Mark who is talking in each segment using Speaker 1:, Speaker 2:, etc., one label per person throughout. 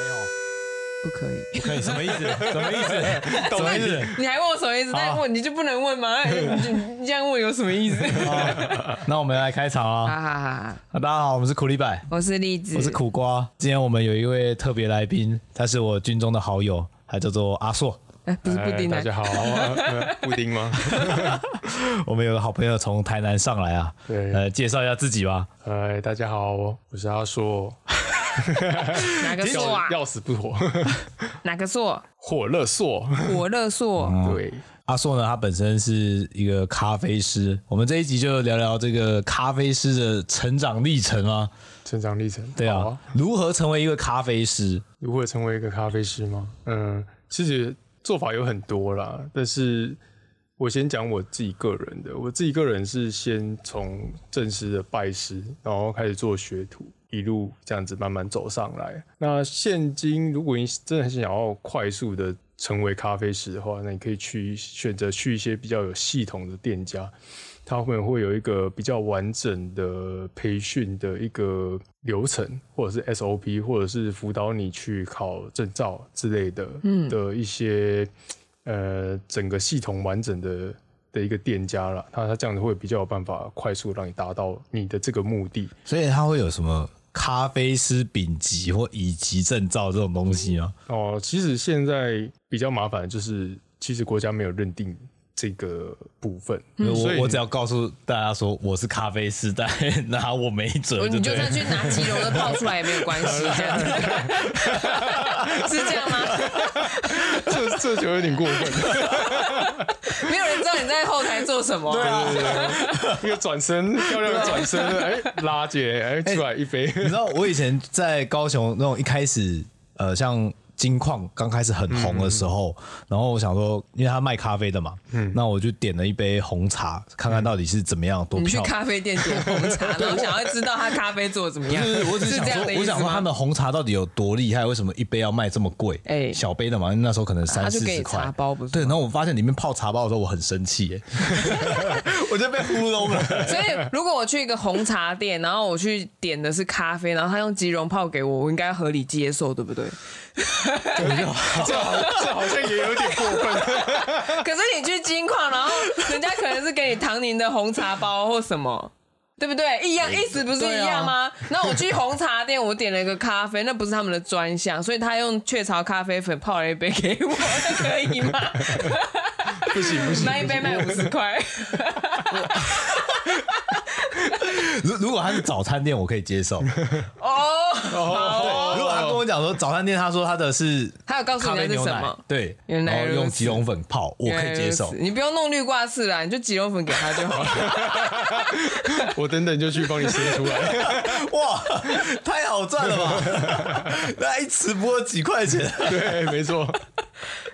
Speaker 1: 没有，
Speaker 2: 不可
Speaker 1: 不
Speaker 2: 以。
Speaker 1: 可以，什么意思？什么意思？ 什么意思？
Speaker 2: 你还问我什么意思？
Speaker 1: 好
Speaker 2: 但问你就不能问吗？ 你就你这样问有什么意思？
Speaker 1: 好啊那我们来开场啊！
Speaker 2: 哈哈哈！
Speaker 1: 大家好，我们是苦力白，
Speaker 2: 我是栗子，
Speaker 1: 我是苦瓜。今天我们有一位特别来宾，他是我军中的好友，他叫做阿硕。
Speaker 2: 哎，不是布丁
Speaker 3: 哎大
Speaker 2: 啊，
Speaker 3: 家好，呃布丁吗？
Speaker 1: 我们有个好朋友从台南上来啊，
Speaker 3: 对
Speaker 1: 呃，介绍一下自己吧。
Speaker 3: 哎，大家好，我是阿硕，
Speaker 2: 哪个硕啊
Speaker 3: 要？要死不活，
Speaker 2: 哪个硕？
Speaker 3: 火热硕，
Speaker 2: 火热硕。
Speaker 1: 嗯
Speaker 3: 对，
Speaker 1: 阿硕呢，他本身是一个咖啡师。我们这一集就聊聊这个咖啡师的成长历程啊，
Speaker 3: 成长历程，
Speaker 1: 对
Speaker 3: 好
Speaker 1: 啊，如何成为一个咖啡师？
Speaker 3: 如何成为一个咖啡师吗？嗯，其实做法有很多啦，但是我先讲我自己个人的。我自己个人是先从正式的拜师，然后开始做学徒，一路这样子慢慢走上来。那现今，如果你真的很想要快速的成为咖啡师的话，那你可以去选择去一些比较有系统的店家，他们会有一个比较完整的培训的一个流程，或者是 SOP，或者是辅导你去考证照之类的，嗯，的一些呃整个系统完整的的一个店家啦，那他这样子会比较有办法快速让你达到你的这个目的。
Speaker 1: 所以他会有什么咖啡师丙级或乙级证照这种东西吗？
Speaker 3: 哦，其实现在比较麻烦的就是，其实国家没有认定这个部分，
Speaker 2: 嗯
Speaker 3: 所
Speaker 1: 呃
Speaker 3: 以
Speaker 1: 我我只要告诉大家说我是咖啡师，但拿我没辙，
Speaker 2: 哦
Speaker 1: 对
Speaker 2: 你
Speaker 1: 不
Speaker 2: 就算
Speaker 1: 对？
Speaker 2: 去拿鸡肉都倒出来也没有关系，这样子是这样吗？
Speaker 3: 这这就有点过分了，
Speaker 2: 没有人知道你在后台做什么啊。
Speaker 3: 一个转身，漂亮的转身，哎，拉姐，哎，出来一杯。
Speaker 1: 你知道我以前在高雄那种一开始，呃，像金矿刚开始很红的时候，然后我想说，因为他卖咖啡的嘛，那我就点了一杯红茶，看看到底是怎么样，多
Speaker 2: 你去
Speaker 1: 漂亮。
Speaker 2: 咖啡店点红茶，然后想要知道他咖啡做的怎么样？
Speaker 1: 就是，我只
Speaker 2: 是
Speaker 1: 想
Speaker 2: 这样
Speaker 1: 说，
Speaker 2: 的意
Speaker 1: 我
Speaker 2: 思
Speaker 1: 想说他
Speaker 2: 吗？
Speaker 1: 们红茶到底有多厉害？为什么一杯要卖这么贵？
Speaker 2: 哎啊
Speaker 1: 小杯的嘛，那时候可能
Speaker 2: 他
Speaker 1: 三
Speaker 2: 就
Speaker 1: 四
Speaker 2: 给
Speaker 1: 十
Speaker 2: 你
Speaker 1: 块
Speaker 2: 茶。包不是
Speaker 1: 对，
Speaker 2: 吗？
Speaker 1: 然后我发现里面泡茶包的时候，我很生气耶，我就被糊弄了。
Speaker 2: 所以如果我去一个红茶店，然后我去点的是咖啡，然后他用即溶泡给我，我应该合理接受，对 不对？
Speaker 3: 这好这 好像也有点过分。
Speaker 2: 可是你去金矿，然后人家可能是给你唐宁的红茶包或什么。对不对？一样
Speaker 1: 哎
Speaker 2: 意思不是一样吗？
Speaker 1: 啊
Speaker 2: 那我去红茶店，我点了一个咖啡，那不是他们的专项，所以他用雀巢咖啡粉泡了一杯给我，那可以 吗？
Speaker 3: 不行不行，
Speaker 2: 那一杯卖五十块，
Speaker 1: 如如果他是早餐店，我可以接受。
Speaker 2: 哦，
Speaker 1: 对，如果他跟我讲说早餐店，他说他的是
Speaker 2: 他有告诉
Speaker 1: 咖
Speaker 2: 你
Speaker 1: 啡
Speaker 2: 那是
Speaker 1: 牛
Speaker 2: 什
Speaker 1: 奶
Speaker 2: 么，？
Speaker 1: 对，
Speaker 2: 原来
Speaker 1: 然后用
Speaker 2: 如此
Speaker 1: 吉隆粉泡，我可以接受
Speaker 2: 原来如此。你不用弄绿挂式啦，你就几肉粉给他就好了。
Speaker 3: 我等等就去帮你切出来。
Speaker 1: 哇，太好赚了吧？那一次不过几块钱。
Speaker 3: 对，没错。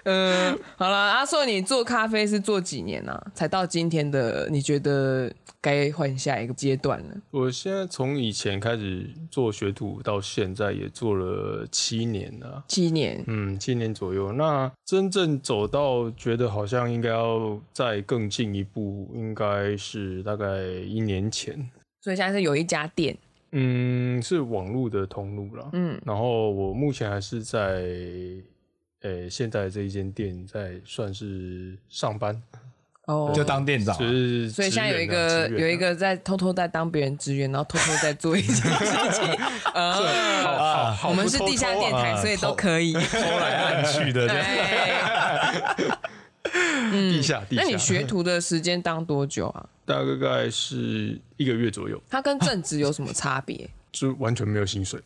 Speaker 2: 嗯，好了，阿硕，你做咖啡是做几年啊？才到今天的，你觉得该换下一个阶段了？
Speaker 3: 我现在从以前开始做学徒到现在也做了七年了、
Speaker 2: 七年，
Speaker 3: 嗯，七年左右。那真正走到觉得好像应该要再更进一步，应该是大概一年前。
Speaker 2: 所以现在是有一家店，
Speaker 3: 嗯，是网络的通路啦。
Speaker 2: 嗯，
Speaker 3: 然后我目前还是在，呃、现在这一间店在算是上班，
Speaker 2: 哦，
Speaker 1: 就当店长啊，
Speaker 3: 就是
Speaker 2: 所以现在有一
Speaker 3: 职员
Speaker 2: 个
Speaker 3: 啊职员啊
Speaker 2: 有一个在偷偷在当别人职员，然后偷偷在做一件事情。
Speaker 3: 好
Speaker 2: 啊，
Speaker 3: 好好
Speaker 2: 我们
Speaker 3: 不
Speaker 2: 是
Speaker 3: 偷
Speaker 2: 地下
Speaker 3: 偷啊
Speaker 2: 电台，所以都可以。
Speaker 1: 偷来暗去的这样。
Speaker 2: 对，
Speaker 3: 地下地
Speaker 2: 嗯那
Speaker 3: 下。
Speaker 2: 你学徒的时间当多久啊？
Speaker 3: 大概是一个月左右，
Speaker 2: 它跟正职有什么差别？
Speaker 3: 就完全没有薪水，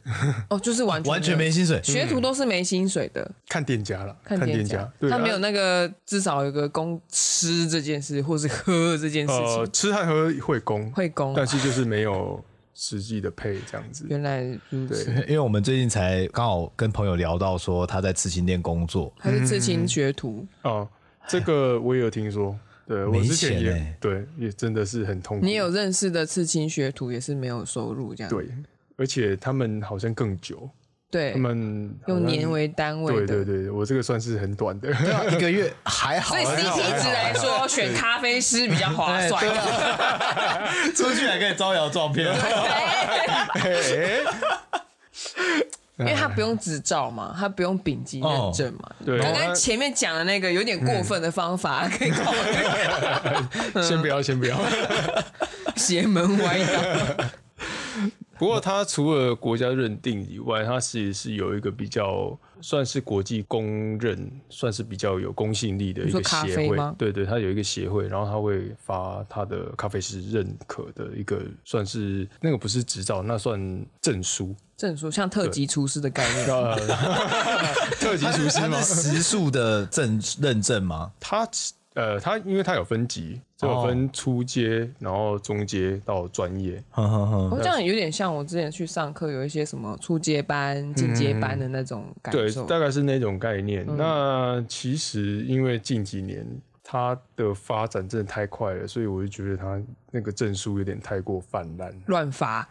Speaker 2: 哦，就是完全
Speaker 1: 完全没薪水，
Speaker 2: 学徒都是没薪水的，
Speaker 3: 看店家了，
Speaker 2: 看
Speaker 3: 店
Speaker 2: 店
Speaker 3: 家
Speaker 2: 家，，
Speaker 3: 对
Speaker 2: 他没
Speaker 3: 啊
Speaker 2: 有那个至少有个供吃这件事，或是喝这件事
Speaker 3: 呃
Speaker 2: 情，
Speaker 3: 吃和喝会供，
Speaker 2: 会供。啊
Speaker 3: 但是就是没有实际的配这样 子。
Speaker 2: 原来如此，
Speaker 3: 对，
Speaker 1: 因为我们最近才刚好跟朋友聊到说他在刺青店工作，
Speaker 2: 他是刺青学徒。
Speaker 3: 哦，这个我也有听说。对我
Speaker 1: 没
Speaker 3: 之前
Speaker 1: 钱
Speaker 3: 也、
Speaker 1: 欸
Speaker 3: 对，也真的是很痛苦。
Speaker 2: 你也有认识的刺青学徒也是没有收入这样。
Speaker 3: 嗯对，而且他们好像更久，
Speaker 2: 对
Speaker 3: 他，们嗯好像哎
Speaker 2: 用年为单位的。
Speaker 3: 对对对，我这个算是很短的。
Speaker 1: 对啊，一个月还好，
Speaker 2: 所以
Speaker 1: 还好
Speaker 2: CP 值来说，选咖啡师比较划算。
Speaker 1: 哎对
Speaker 3: 哎
Speaker 1: 出去还可以招摇撞骗。
Speaker 2: 对
Speaker 3: 哎哎
Speaker 2: 因为他不用执照嘛，他不用丙级认证嘛。
Speaker 3: 哦对
Speaker 2: 刚
Speaker 3: 那
Speaker 2: 刚前面讲的那个有点过分的方法，可以考虑
Speaker 3: 先不要，先不要。
Speaker 2: 邪门歪 道。
Speaker 3: 不过它除了国家认定以外，它其实是有一个比较算是国际公认，算是比较有公信力的一
Speaker 2: 你说
Speaker 3: 个
Speaker 2: 咖啡
Speaker 3: 协会
Speaker 2: 吗。
Speaker 3: 对对，它有一个协会，然后它会发它的咖啡师认可的一个，算是那个不是执照，那算证书。
Speaker 2: 正说像特级厨师的概念，
Speaker 3: 呃， 特级厨 师
Speaker 1: 它
Speaker 3: 吗
Speaker 1: 是？时速的证认证吗？
Speaker 3: 它呃，它因为它有分级，就有分初阶，然后中阶到专业。
Speaker 1: 哼哼哼，
Speaker 2: 我哦这样有点像我之前去上课，有一些什么初阶班、进阶班的那种感
Speaker 3: 对，
Speaker 2: 受。嗯
Speaker 3: 大概是那种概念。那其实因为近几年它的发展真的太快了，所以我就觉得它那个证书有点太过泛滥，
Speaker 2: 乱发、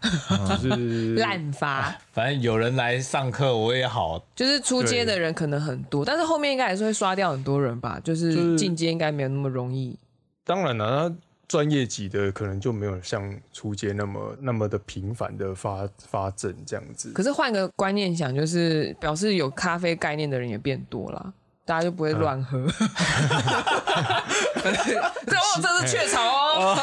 Speaker 3: 就是
Speaker 2: 滥发，
Speaker 1: 反正有人来上课，我也 好。
Speaker 2: 就是初阶的人可能很多，但是后面应该还是会刷掉很多人吧。就
Speaker 3: 就是
Speaker 2: 是进阶应该没有那么容易。
Speaker 3: 当然了，它专业级的可能就没有像初阶那么那么的频繁的发发证这样子。
Speaker 2: 可是换个观念想，就是表示有咖啡概念的人也变多了。大家就不会乱喝， 这哦，这是雀巢 哦，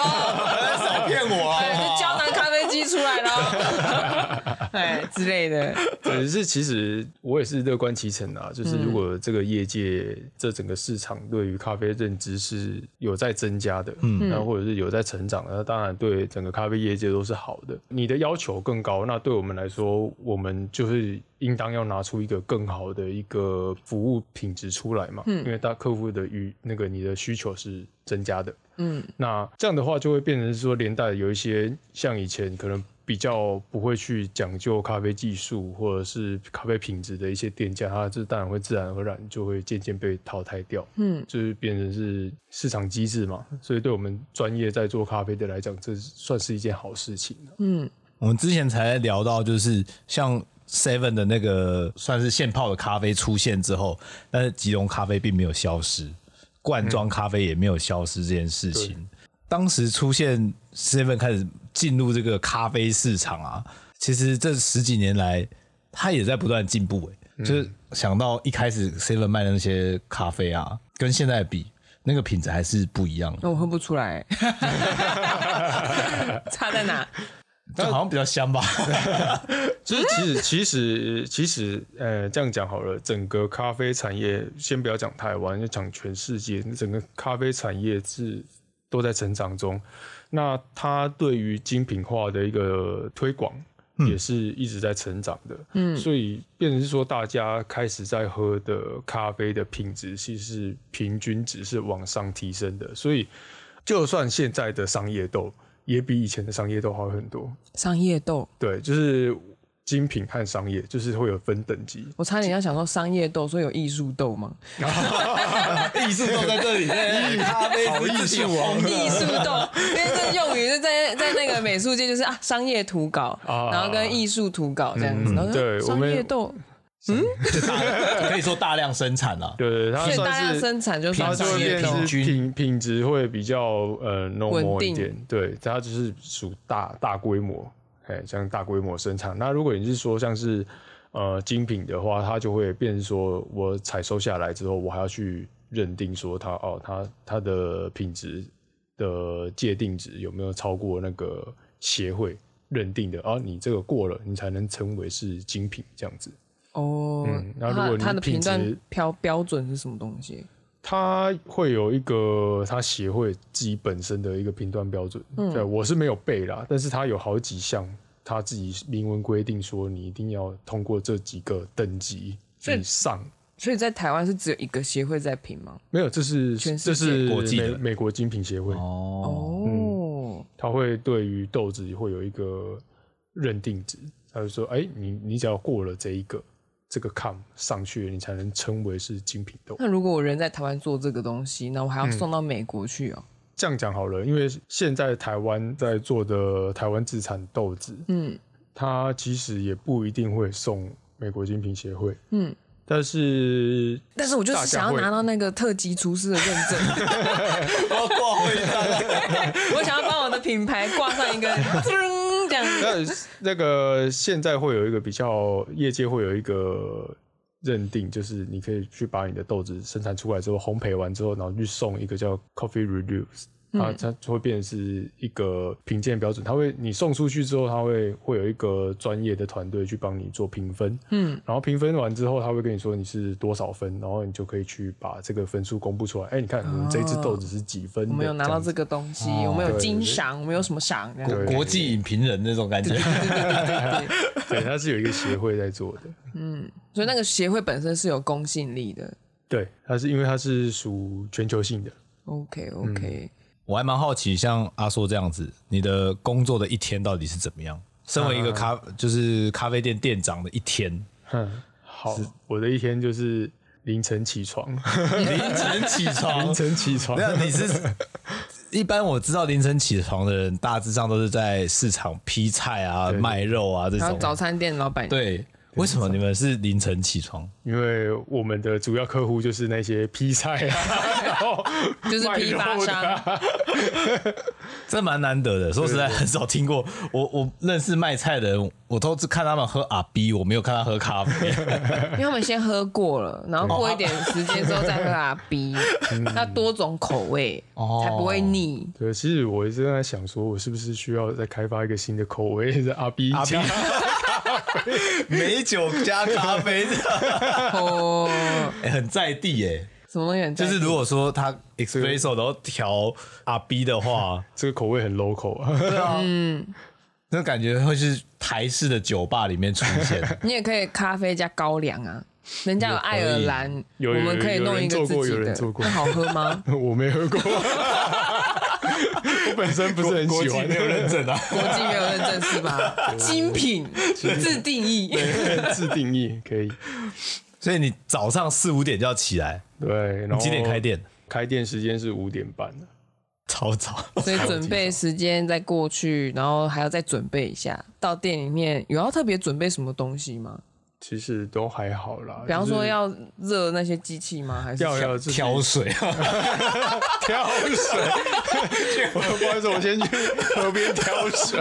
Speaker 1: 少骗我啊
Speaker 2: 哎，是胶囊咖啡机出来了 哦，哎之类的，
Speaker 3: 可是其实我也是乐观其成啊，就是如果这个业界、这整个市场对于咖啡认知是有在增加的，嗯，那或者是有在成长的，那当然对整个咖啡业界都是好的。你的要求更高，那对我们来说，我们就是应当要拿出一个更好的一个服务品质出来嘛，因为大客户的与那个你的需求是增加的，
Speaker 2: 嗯，
Speaker 3: 那这样的话就会变成是说，连带有一些像以前可能比较不会去讲究咖啡技术或者是咖啡品质的一些店家，它这当然会自然而然就会渐渐被淘汰掉。
Speaker 2: 嗯，
Speaker 3: 就是变成是市场机制嘛，所以对我们专业在做咖啡的来讲，这算是一件好事情。
Speaker 2: 嗯
Speaker 1: 我们之前才聊到，就是像 Seven 的那个算是现泡的咖啡出现之后，但是吉隆咖啡并没有消失，罐装咖啡也没有消失这件事情。当时出现 Seven 开始进入这个咖啡市场啊，其实这十几年来，它也在不断进步、欸。就是想到一开始 Seven 卖的那些咖啡啊，跟现在比，那个品质还是不一样的，
Speaker 2: 那我喝不出 来，差在哪？
Speaker 1: 就好像比较香 吧。
Speaker 3: 就是其实其实其实呃，这样讲好了，整个咖啡产业，先不要讲台湾，就讲全世界，整个咖啡产业是都在成长中。那它对于精品化的一个推广。也是一直在成长的，嗯，所以变成是说，大家开始在喝的咖啡的品质，其实是平均值是往上提升的。所以，就算现在的商业豆，也比以前的商业豆好很多。
Speaker 2: 商业豆，
Speaker 3: 对，就是精品和商业，就是会有分等级。
Speaker 2: 我差点要想说商业豆，所以有艺术豆吗？
Speaker 1: 艺术都在这 里，咖啡好艺术哦
Speaker 2: 艺术 豆， 因为这用语是在在那个美术界就是啊商业图稿，
Speaker 3: 啊
Speaker 2: 然后跟艺术图稿这样子，然后
Speaker 3: 嗯对
Speaker 2: 说
Speaker 3: 我
Speaker 2: 商
Speaker 3: 们
Speaker 2: 业豆，
Speaker 1: 就大可以说大量生产啊。
Speaker 3: 对对，它
Speaker 2: 所以大
Speaker 3: 算
Speaker 2: 家
Speaker 3: 是
Speaker 2: 生产就
Speaker 3: 它
Speaker 2: 算
Speaker 3: 就
Speaker 2: 商
Speaker 3: 会
Speaker 2: 业
Speaker 3: 变
Speaker 2: 豆
Speaker 3: 成
Speaker 1: 平均
Speaker 3: 是品品质会比较呃 normal 一
Speaker 2: 定
Speaker 3: 点，对，它就是属大大规模，哎，像大规模生产。那如果你是说像是呃精品的话，它就会变成说我采收下来之后，我还要去认定说它哦，它它的品质的界定值有没有超过那个协会认定的啊？你这个过了，你才能称为是精品这样子。
Speaker 2: 哦
Speaker 3: 嗯。然后如
Speaker 2: 它
Speaker 3: 果你
Speaker 2: 它的
Speaker 3: 品
Speaker 2: 评断
Speaker 3: 质
Speaker 2: 标标准是什么东西？
Speaker 3: 它会有一个它协会自己本身的一个评断标准，对我是没有背啦，但是它有好几项，它自己明文规定说你一定要通过这几个等级
Speaker 2: 所以
Speaker 3: 以上。
Speaker 2: 所以在台湾是只有一个协会在评吗？
Speaker 3: 没有，这是
Speaker 2: 全世
Speaker 3: 这
Speaker 2: 界
Speaker 3: 是
Speaker 1: 国际的
Speaker 3: 美美国精品协会，
Speaker 1: 哦，
Speaker 2: 哦，
Speaker 3: 它会对于豆子会有一个认定值，它就说，哎、你你只要过了这一个这个坎上去，你才能称为是精品豆。
Speaker 2: 那如果我人在台湾做这个东西，那我还
Speaker 3: 嗯
Speaker 2: 要送到美国去哦。
Speaker 3: 这样讲好了，因为现在台湾在做的台湾自产豆子，
Speaker 2: 嗯，
Speaker 3: 它其实也不一定会送美国精品协会，
Speaker 2: 嗯，
Speaker 3: 但是
Speaker 2: 但是我就是想要
Speaker 3: 大家会
Speaker 2: 拿到那个特级厨师的认 证，
Speaker 1: 哦我要挂会
Speaker 2: 我想要把我的品牌挂上一个 这样子。
Speaker 3: 那那个现在会有一个比较，业界会有一个认定，就是你可以去把你的豆子生产出来之后，烘焙完之后，然后去送一个叫 Coffee Reviews，它
Speaker 2: 嗯
Speaker 3: 它会变成是一个评鉴标准，它会你送出去之后，它会会有一个专业的团队去帮你做评分，嗯，然后评分完之后，他会跟你说你是多少分，然后你就可以去把这个分数公布出来。哎，你看我们这一只豆子是几分的，
Speaker 2: 哦我们有拿
Speaker 3: 这
Speaker 2: 到
Speaker 3: 样子
Speaker 2: 这个东西，
Speaker 1: 哦
Speaker 2: 我们有金赏，我们有什么赏？ 这样
Speaker 1: 国国际影评人那种感觉，
Speaker 3: 对，它是有一个协会在做的。
Speaker 2: 所以那个协会本身是有公信力的。
Speaker 3: 对，它是因为它是属全球性的。
Speaker 2: OK
Speaker 1: 嗯
Speaker 2: OK，
Speaker 1: 我还蛮好奇，像阿硕这样子，你的工作的一天到底是怎么样？身为一个咖，就是咖啡店店长的一天，
Speaker 3: 哼，嗯好，我的一天就是凌晨起床，
Speaker 1: 凌晨起床，
Speaker 3: 凌晨起床
Speaker 1: 没，有，你是 一般我知道凌晨起床的人，大致上都是在市场劈菜啊、
Speaker 3: 对
Speaker 1: 卖肉啊这
Speaker 2: 然后
Speaker 1: 种。
Speaker 2: 早餐店老板
Speaker 1: 对，为什么你们是凌晨起床？
Speaker 3: 因为我们的主要客户就是那些批菜 啊，然后
Speaker 2: 就是批发商
Speaker 3: 卖肉的啊
Speaker 1: 这蛮难得的，说实在很少听过。我我认识卖菜的人，我都是看他们喝阿 B，我没有看他喝咖啡。
Speaker 2: 因为他们先喝过了，然后过一点时间之后再喝阿 B，那多种口味
Speaker 1: 嗯哦
Speaker 2: 才不会 腻。
Speaker 3: 对，其实我一直在想，说我是不是需要再开发一个新的口味， 是 阿 B
Speaker 1: 阿 B
Speaker 3: 加
Speaker 1: 美酒加咖 啡，
Speaker 2: 哦，
Speaker 1: 哎很在地耶。
Speaker 2: 什么东西？
Speaker 1: 就是如果说他 espresso 然后调阿 B 的话，
Speaker 3: 这个口味很 local 啊。
Speaker 1: 对啊，嗯，那感觉会是台式的酒吧里面出现。
Speaker 2: 你也可以咖啡加高粱啊，人家有爱尔兰，
Speaker 3: 有
Speaker 2: 我们可以
Speaker 3: 有有
Speaker 2: 弄一个自己
Speaker 3: 有
Speaker 2: 的
Speaker 3: 人做，过有人做过？
Speaker 2: 那好喝吗
Speaker 3: 我没喝过，我本身 不是很喜欢。
Speaker 1: 证啊。
Speaker 2: 国际没有认证是
Speaker 3: 啊
Speaker 2: 吧？精品自定义，
Speaker 3: 自定义可以，
Speaker 1: 所以你早上四五点就要起来，
Speaker 3: 对。然后
Speaker 1: 你几点开？店？
Speaker 3: 开店时间是五点半。啊
Speaker 1: 超早。
Speaker 2: 所以准备时间再过去，然后还要再准备一下。到店里面有要特别准备什么东西吗？
Speaker 3: 其实都还好啦。
Speaker 2: 比方
Speaker 3: 就
Speaker 2: 说
Speaker 3: 是
Speaker 2: 要热那些机器吗？还是
Speaker 3: 要要自己
Speaker 1: 挑水，啊
Speaker 3: 挑水， 我不好意思，我先去河边挑水。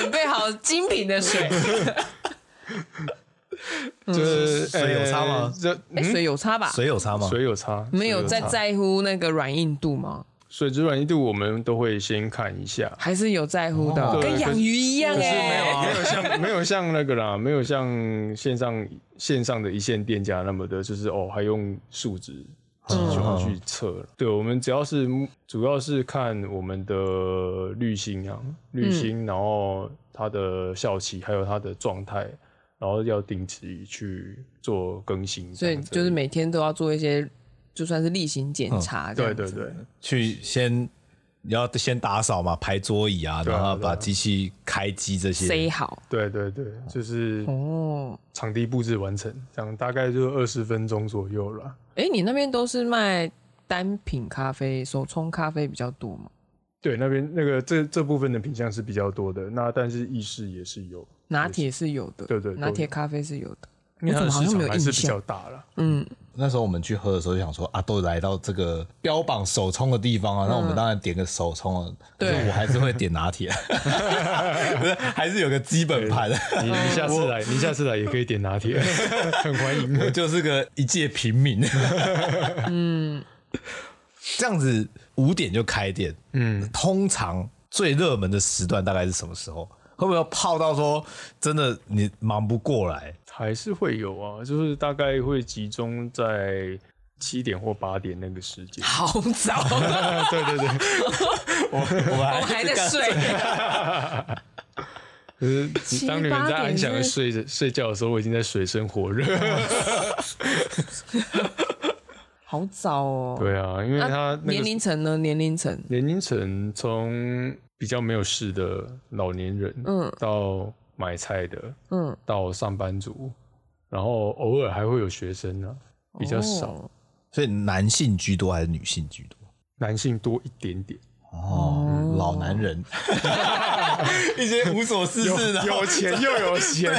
Speaker 2: 准备好精品的 水？
Speaker 3: 就是
Speaker 1: 水有差吗
Speaker 3: 呃这
Speaker 2: 哎，嗯水有差吧？
Speaker 1: 水有差吗？
Speaker 3: 水有差，
Speaker 2: 你们有
Speaker 3: 水
Speaker 2: 在
Speaker 3: 差
Speaker 2: 在乎那个软硬度吗？
Speaker 3: 水质软硬度，我们都会先看一下。
Speaker 2: 还是有在乎的，
Speaker 3: 哦对
Speaker 2: 跟养鱼一样
Speaker 3: 可是没有
Speaker 2: 哎。
Speaker 3: 没有像 没有像那个啦，没有像线上线上的一线店家那么的，就是哦还用数值计就去测
Speaker 2: 嗯
Speaker 3: 了。对，我们只要是主要是看我们的滤芯啊，滤
Speaker 2: 嗯
Speaker 3: 芯，然后它的效期，还有它的状态，然后要定期去做更新这
Speaker 2: 所以
Speaker 3: 样子。嗯
Speaker 2: 就是每天都要做一些，就算是例行检查。这
Speaker 3: 对
Speaker 2: 样
Speaker 3: 对
Speaker 2: 子
Speaker 3: 对。
Speaker 1: 去先你要先打扫嘛，排桌椅啊，
Speaker 3: 对啊
Speaker 1: 然后
Speaker 3: 对啊
Speaker 1: 把机器开机这些
Speaker 2: 塞。好
Speaker 3: 对对对，就是
Speaker 2: 哦。
Speaker 3: 场地布置完成，这样大概就二十分钟左右了。
Speaker 2: 哎，你那边都是卖单品咖啡、手冲咖啡比较多吗？
Speaker 3: 对，那边那个这这部分的品相是比较多的，那但是意式也是有，
Speaker 2: 拿铁是有的，
Speaker 3: 对对对
Speaker 2: 拿铁咖啡是有的。
Speaker 3: 因为
Speaker 2: 我
Speaker 3: 它
Speaker 2: 怎
Speaker 3: 的
Speaker 2: 么好
Speaker 3: 市
Speaker 2: 像没
Speaker 3: 场
Speaker 2: 有
Speaker 3: 还
Speaker 2: 印
Speaker 3: 是比较
Speaker 2: 象？
Speaker 3: 大 了。
Speaker 1: 那时候我们去喝的时候就想说啊，都来到这个标榜手冲的地方啊，那我们当然点个手冲啊。可是
Speaker 2: 嗯对。
Speaker 1: 我还是会点拿铁， 不是还是有个基本盘。
Speaker 3: 你你下次来，你下次来也可以点拿铁，很欢 迎。
Speaker 1: 我就是个一介平民。嗯，这样子五点就开店。嗯，通常最热门的时段大概是什么时候？会不会泡到说真的你忙不过来？
Speaker 3: 还是会有啊，就是大概会集中在七点或八点那个时 间
Speaker 2: 好早，哦
Speaker 3: 啊对对对，
Speaker 1: 我们
Speaker 2: 我们还在睡。
Speaker 3: 可是
Speaker 2: 七
Speaker 3: 当你们在
Speaker 2: 八点
Speaker 3: 安详的
Speaker 2: 是
Speaker 3: 睡着睡觉的时候，我已经在水深火 热。
Speaker 2: 好早哦。
Speaker 3: 对啊，因为
Speaker 2: 那
Speaker 3: 他那
Speaker 2: 年
Speaker 3: 个
Speaker 2: 龄层呢？年龄层
Speaker 3: 年龄层从比较没有事的老年人，嗯，到买菜的，
Speaker 2: 嗯，
Speaker 3: 到上班族，然后偶尔还会有学生啊，比较少，
Speaker 2: 哦
Speaker 1: 所以男性居多还是女性居多？
Speaker 3: 男性多一点点。
Speaker 1: 哦，老男人， 一些无所事
Speaker 3: 有
Speaker 1: 事的，
Speaker 3: 有钱又有闲，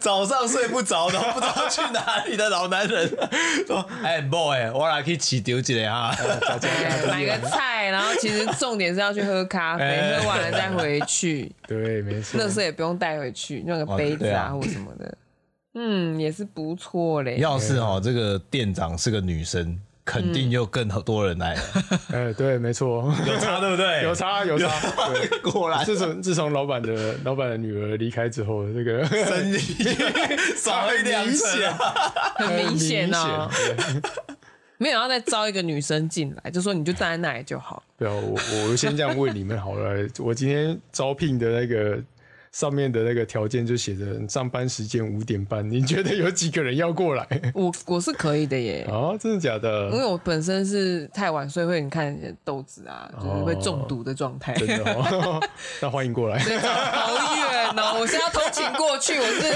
Speaker 1: 早上睡不着，然后不知道去哪里的老男人， 说：“哎、b o y 我来去骑丢几嘞哈。
Speaker 2: 对买个菜，然后其实重点是要去喝 咖啡，
Speaker 1: 哎
Speaker 2: 喝完了再回去，
Speaker 3: 对，没错
Speaker 2: 垃。圾也不用带回去，弄个
Speaker 1: 哦
Speaker 2: 杯子
Speaker 1: 对
Speaker 2: 啊
Speaker 1: 啊
Speaker 2: 或什么的，嗯，也是不错嘞。
Speaker 1: 要是哦，这个店长是个女生，肯定又更多人来了，
Speaker 3: 哎，对，没错，
Speaker 1: 有差对不对？
Speaker 3: 有，差有差。对，
Speaker 1: 果然
Speaker 3: 自从自从老板的老板的女儿离开之后，这个
Speaker 1: 生意 少了一两成啊。
Speaker 2: 很明显哦，
Speaker 3: 很明显对
Speaker 2: 没有要再招一个女生进来，就说你就站在那里就好。
Speaker 3: 对啊，我我先这样问你们好了，我今天招聘的那个。上面的那个条件就写着上班时间五点半，你觉得有几个人要过来？
Speaker 2: 我我是可以的耶，
Speaker 3: 哦，真的假的？
Speaker 2: 因为我本身是太晚睡会，你看豆子啊，就是会中毒的状态。
Speaker 3: 真的哦，那欢迎过来。
Speaker 2: 对，走 好远哦！我是要通勤过去，我是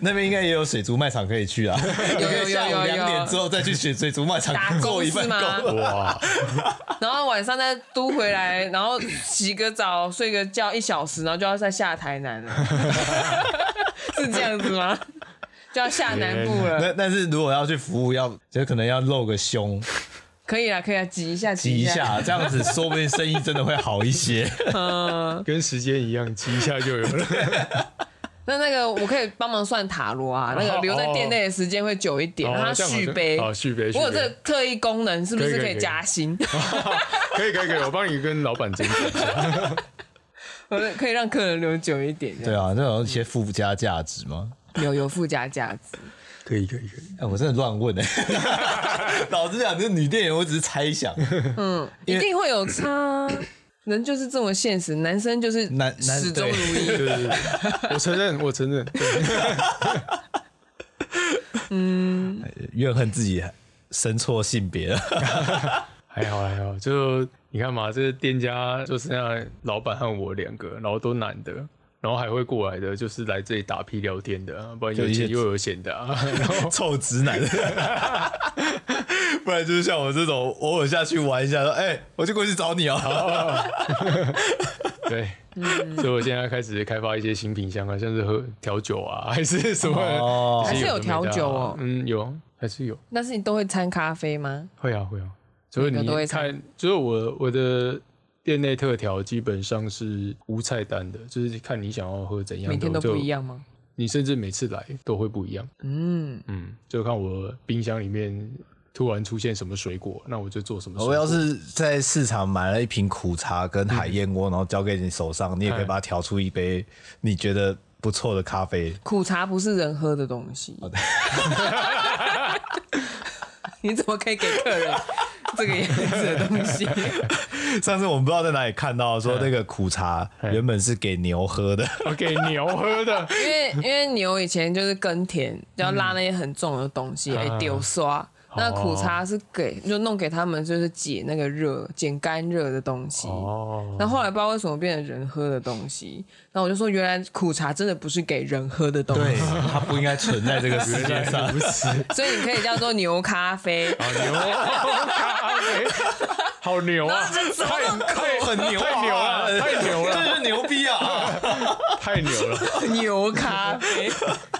Speaker 1: 那边应该也有水族卖场可以去啊，
Speaker 2: 有有有有有
Speaker 1: 你可以下午两点之后再去水水族卖场
Speaker 2: 打
Speaker 1: 做
Speaker 2: 工
Speaker 1: 一
Speaker 2: 是
Speaker 1: 份
Speaker 2: 吗
Speaker 1: 工。？
Speaker 3: 哇，
Speaker 2: 然后晚上再嘟回来，然后洗个澡、睡个觉一小时，然后就要再下台南了， 是这样子吗？就要下南部了，
Speaker 1: 那但是如果要去服务，要就可能要露个胸，
Speaker 2: 可以啦，啊可以啦，挤一下，
Speaker 1: 挤
Speaker 2: 挤
Speaker 1: 一
Speaker 2: 下，
Speaker 1: 下，这样子说不定生意真的会好一些。
Speaker 3: 跟时间一样，挤一下就有了。
Speaker 2: 那那个我可以帮忙算塔罗 啊，那个留在店内的时间会久一点，
Speaker 3: 哦
Speaker 2: 让它
Speaker 3: 这样好
Speaker 2: 续
Speaker 3: 像
Speaker 2: 杯。
Speaker 3: 好续杯续
Speaker 2: 我有这个
Speaker 3: 杯
Speaker 2: 特异功能，是不是
Speaker 3: 可以可以
Speaker 2: 可以
Speaker 3: 可以
Speaker 2: 加薪？
Speaker 3: 可以可以可以，我帮你跟老板争取一下。
Speaker 2: 我的可以让客人留久一点，这
Speaker 1: 对
Speaker 2: 样
Speaker 1: 啊，这有一些附加价值吗？
Speaker 2: 有有附加价值。
Speaker 3: 可以可以可以，
Speaker 1: 哎、我真的乱问哎、 老实讲，这女店员我只是猜想，
Speaker 2: 一
Speaker 1: 因为
Speaker 2: 定会有差啊、人就是这么现实，男生就是
Speaker 1: 男男
Speaker 2: 始终
Speaker 1: 对
Speaker 2: 如一。
Speaker 3: 对对对，我承认我承认，对
Speaker 1: 怨恨自己生错性别了。
Speaker 3: 还好还好，就你看嘛，这个店家就剩下老板和我两个，然后都男的，然后还会过来的，就是来这里打屁聊天的啊，不然有
Speaker 1: 就一些
Speaker 3: 钱又有闲的 啊。然后
Speaker 1: 臭直男， 不然就是像我这种偶尔下去玩一下，说哎、我就过去找你哦。
Speaker 3: 对，所以我现在开始开发一些新品相啊，像是喝调酒啊，还是什么，
Speaker 1: 哦
Speaker 3: 这些
Speaker 2: 还是有
Speaker 3: 的没的啊
Speaker 2: 调酒哦
Speaker 3: 嗯，有，还是有，
Speaker 2: 但是你都会掺咖啡吗？
Speaker 3: 会啊会啊，所以
Speaker 2: 每个
Speaker 3: 你
Speaker 2: 都会
Speaker 3: 看，就是我我的。店内特调基本上是无菜单的，就是看你想要喝怎样的，
Speaker 2: 每天都
Speaker 3: 我就
Speaker 2: 不一样吗？
Speaker 3: 你甚至每次来都会不一样。
Speaker 2: 嗯，
Speaker 3: 嗯，就看我冰箱里面突然出现什么水果，那我就做什么水果。
Speaker 1: 哦我要是在市场买了一瓶苦茶跟海燕窝，然后交给你手上，你也可以把它调出一杯你觉得不错的咖啡。
Speaker 2: 苦茶不是人喝的东西。
Speaker 3: 哦
Speaker 2: 你怎么可以给客人这个样子的东西？
Speaker 1: 上次我们不知道在哪里看到说那个苦茶原本是给牛喝 的，
Speaker 3: 我哦给牛 喝的，
Speaker 2: 因为因为牛以前就是耕田，就要拉那些很重的东
Speaker 3: 啊
Speaker 2: 西来丢刷。
Speaker 3: 哦
Speaker 2: 那苦茶是给就弄给他们，就是解那个热、减干热的东西。
Speaker 3: 哦，
Speaker 2: 那后来不知道为什么变成人喝的东西，那我就说原来苦茶真的不是给人喝的东
Speaker 1: 对
Speaker 2: 西，，
Speaker 1: 它不应该存在这个世界上。
Speaker 3: 不是啊，
Speaker 2: 所以你可以叫做牛咖啡。
Speaker 3: 牛咖啡，好牛 啊！太 太
Speaker 1: 很牛啊
Speaker 3: 太牛了，太牛 了，
Speaker 1: 这是牛逼啊！
Speaker 3: 太牛了！
Speaker 2: 牛咖啡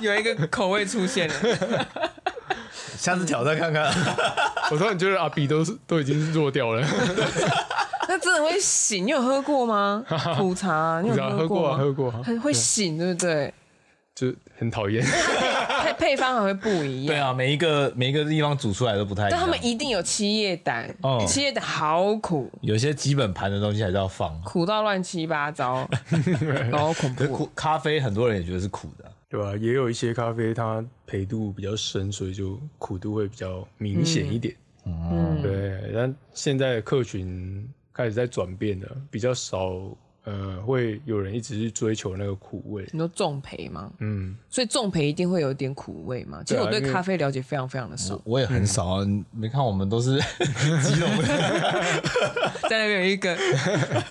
Speaker 2: 有一个口味出现了，
Speaker 1: 下次挑战看看，
Speaker 3: 我突然觉得阿比都是都已经弱掉了，
Speaker 2: 那真的会醒？你有喝过吗？苦茶，你有
Speaker 3: 你知道喝过
Speaker 2: 过
Speaker 3: 啊，
Speaker 2: 吗？
Speaker 3: 喝过啊，
Speaker 2: 很会醒，对不对？
Speaker 3: 就很讨厌。
Speaker 2: 配配方还会不 一
Speaker 1: 对
Speaker 2: 样。
Speaker 1: 啊，每一个每一个地方煮出来都不太一
Speaker 2: 但
Speaker 1: 样。
Speaker 2: 他们一定有七叶胆
Speaker 1: 哦，
Speaker 2: 七叶胆好苦，
Speaker 1: 有些基本盘的东西还是要放。
Speaker 2: 苦到乱七八糟，好恐
Speaker 1: 可是
Speaker 2: 怖。
Speaker 1: 苦咖啡，很多人也觉得是苦的。
Speaker 3: 对吧、也有一些咖啡它焙度比较深，所以就苦度会比较明显一点。
Speaker 2: 嗯
Speaker 3: 对，但现在的客群开始在转变了，比较少呃，会有人一直去追求那个苦味。
Speaker 2: 你说重培吗？
Speaker 3: 嗯，
Speaker 2: 所以重培一定会有点苦味嘛。其实
Speaker 3: 对啊
Speaker 2: 我对
Speaker 3: 因为
Speaker 2: 咖啡了解非常非常的少，
Speaker 1: 我也 很少啊，你没看我们都 是基隆的，
Speaker 2: 在那边有一个，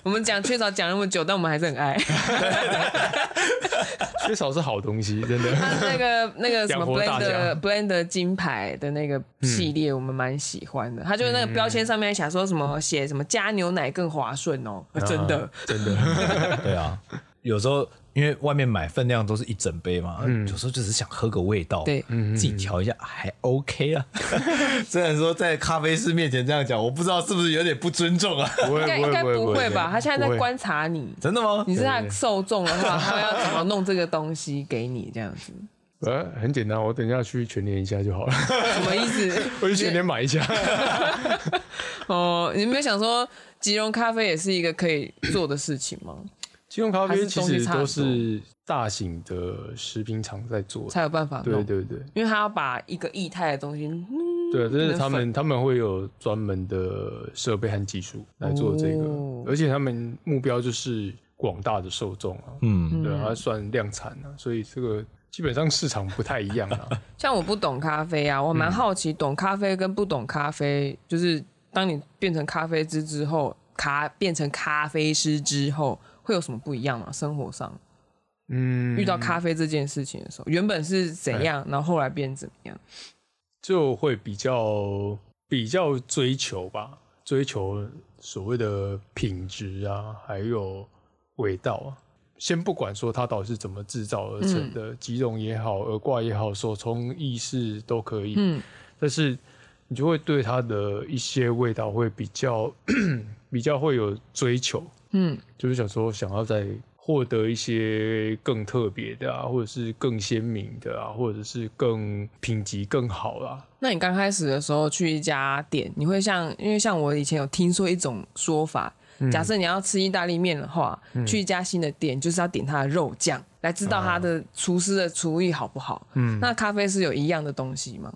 Speaker 2: 我们讲缺少讲那么久，但我们还是很爱。
Speaker 3: 缺少是好东西，真的。
Speaker 2: 他那个那个什么
Speaker 3: 养活大
Speaker 2: Blender
Speaker 3: 家
Speaker 2: Blender 金牌的那个系列，我们蛮喜欢的。他就是那个标签上面想说什么写什么加牛奶更滑顺哦，真的。
Speaker 3: 真的，
Speaker 1: 对啊，有时候因为外面买分量都是一整杯嘛，有时候就是想喝个味道，
Speaker 2: 对
Speaker 1: 自己调一下还 OK 啊。嗯 虽然说在咖啡师面前这样讲，我不知道是不是有点不尊重啊？
Speaker 3: 不会
Speaker 2: 应该应该不会吧？他现在
Speaker 3: 不
Speaker 2: 在
Speaker 3: 会
Speaker 2: 观察你，
Speaker 1: 真的吗？
Speaker 2: 你是他的受众的话，他要怎么弄这个东西给你这样子？
Speaker 3: 呃，很简单，我等一下去全年一下就好了，
Speaker 2: 什么意思？
Speaker 3: 我去全年买一下。
Speaker 2: 哦，你没有想说吉隆咖啡也是一个可以做的事情吗？
Speaker 3: 金融咖
Speaker 2: 还是
Speaker 3: 啡其
Speaker 2: 东西
Speaker 3: 实
Speaker 2: 差很
Speaker 3: 都是大型的食品厂在做的，
Speaker 2: 才有办法
Speaker 3: 对
Speaker 2: 弄，
Speaker 3: 对对
Speaker 2: 因为他要把一个液态的东西，嗯
Speaker 3: 对，这是
Speaker 2: 能
Speaker 3: 他们他们会有专门的设备和技术来做这个
Speaker 2: 哦，
Speaker 3: 而且他们目标就是广大的受众啊，
Speaker 1: 嗯，
Speaker 3: 对啊，它算量产啊，所以这个基本上市场不太一样 啊。
Speaker 2: 像我不懂咖啡啊，我蛮好奇懂咖啡跟不懂咖啡，就是当你变成咖啡师之后，咖变成咖啡师之后会有什么不一样吗？生活上
Speaker 3: 嗯，
Speaker 2: 遇到咖啡这件事情的时候，原本是怎样，然后后来变怎么样？
Speaker 3: 就会比较比较追求吧，追求所谓的品质啊，还有味道啊。先不管说它到底是怎么制造而成
Speaker 2: 嗯
Speaker 3: 的，吉隆也好，耳挂也好，手冲意式都可以。
Speaker 2: 嗯，
Speaker 3: 但是你就会对它的一些味道会比较 比较会有追求，
Speaker 2: 嗯，
Speaker 3: 就是想说想要再获得一些更特别的啊，或者是更鲜明的啊，或者是更品级更好啊啦、
Speaker 2: 那你刚开始的时候去一家店，你会像，因为像我以前有听说一种说法，假设你要吃意大利面的话，去一家新的店就是要点它的肉酱，来知道它的厨师的厨艺好不好。嗯，那咖啡是有一样的东西吗？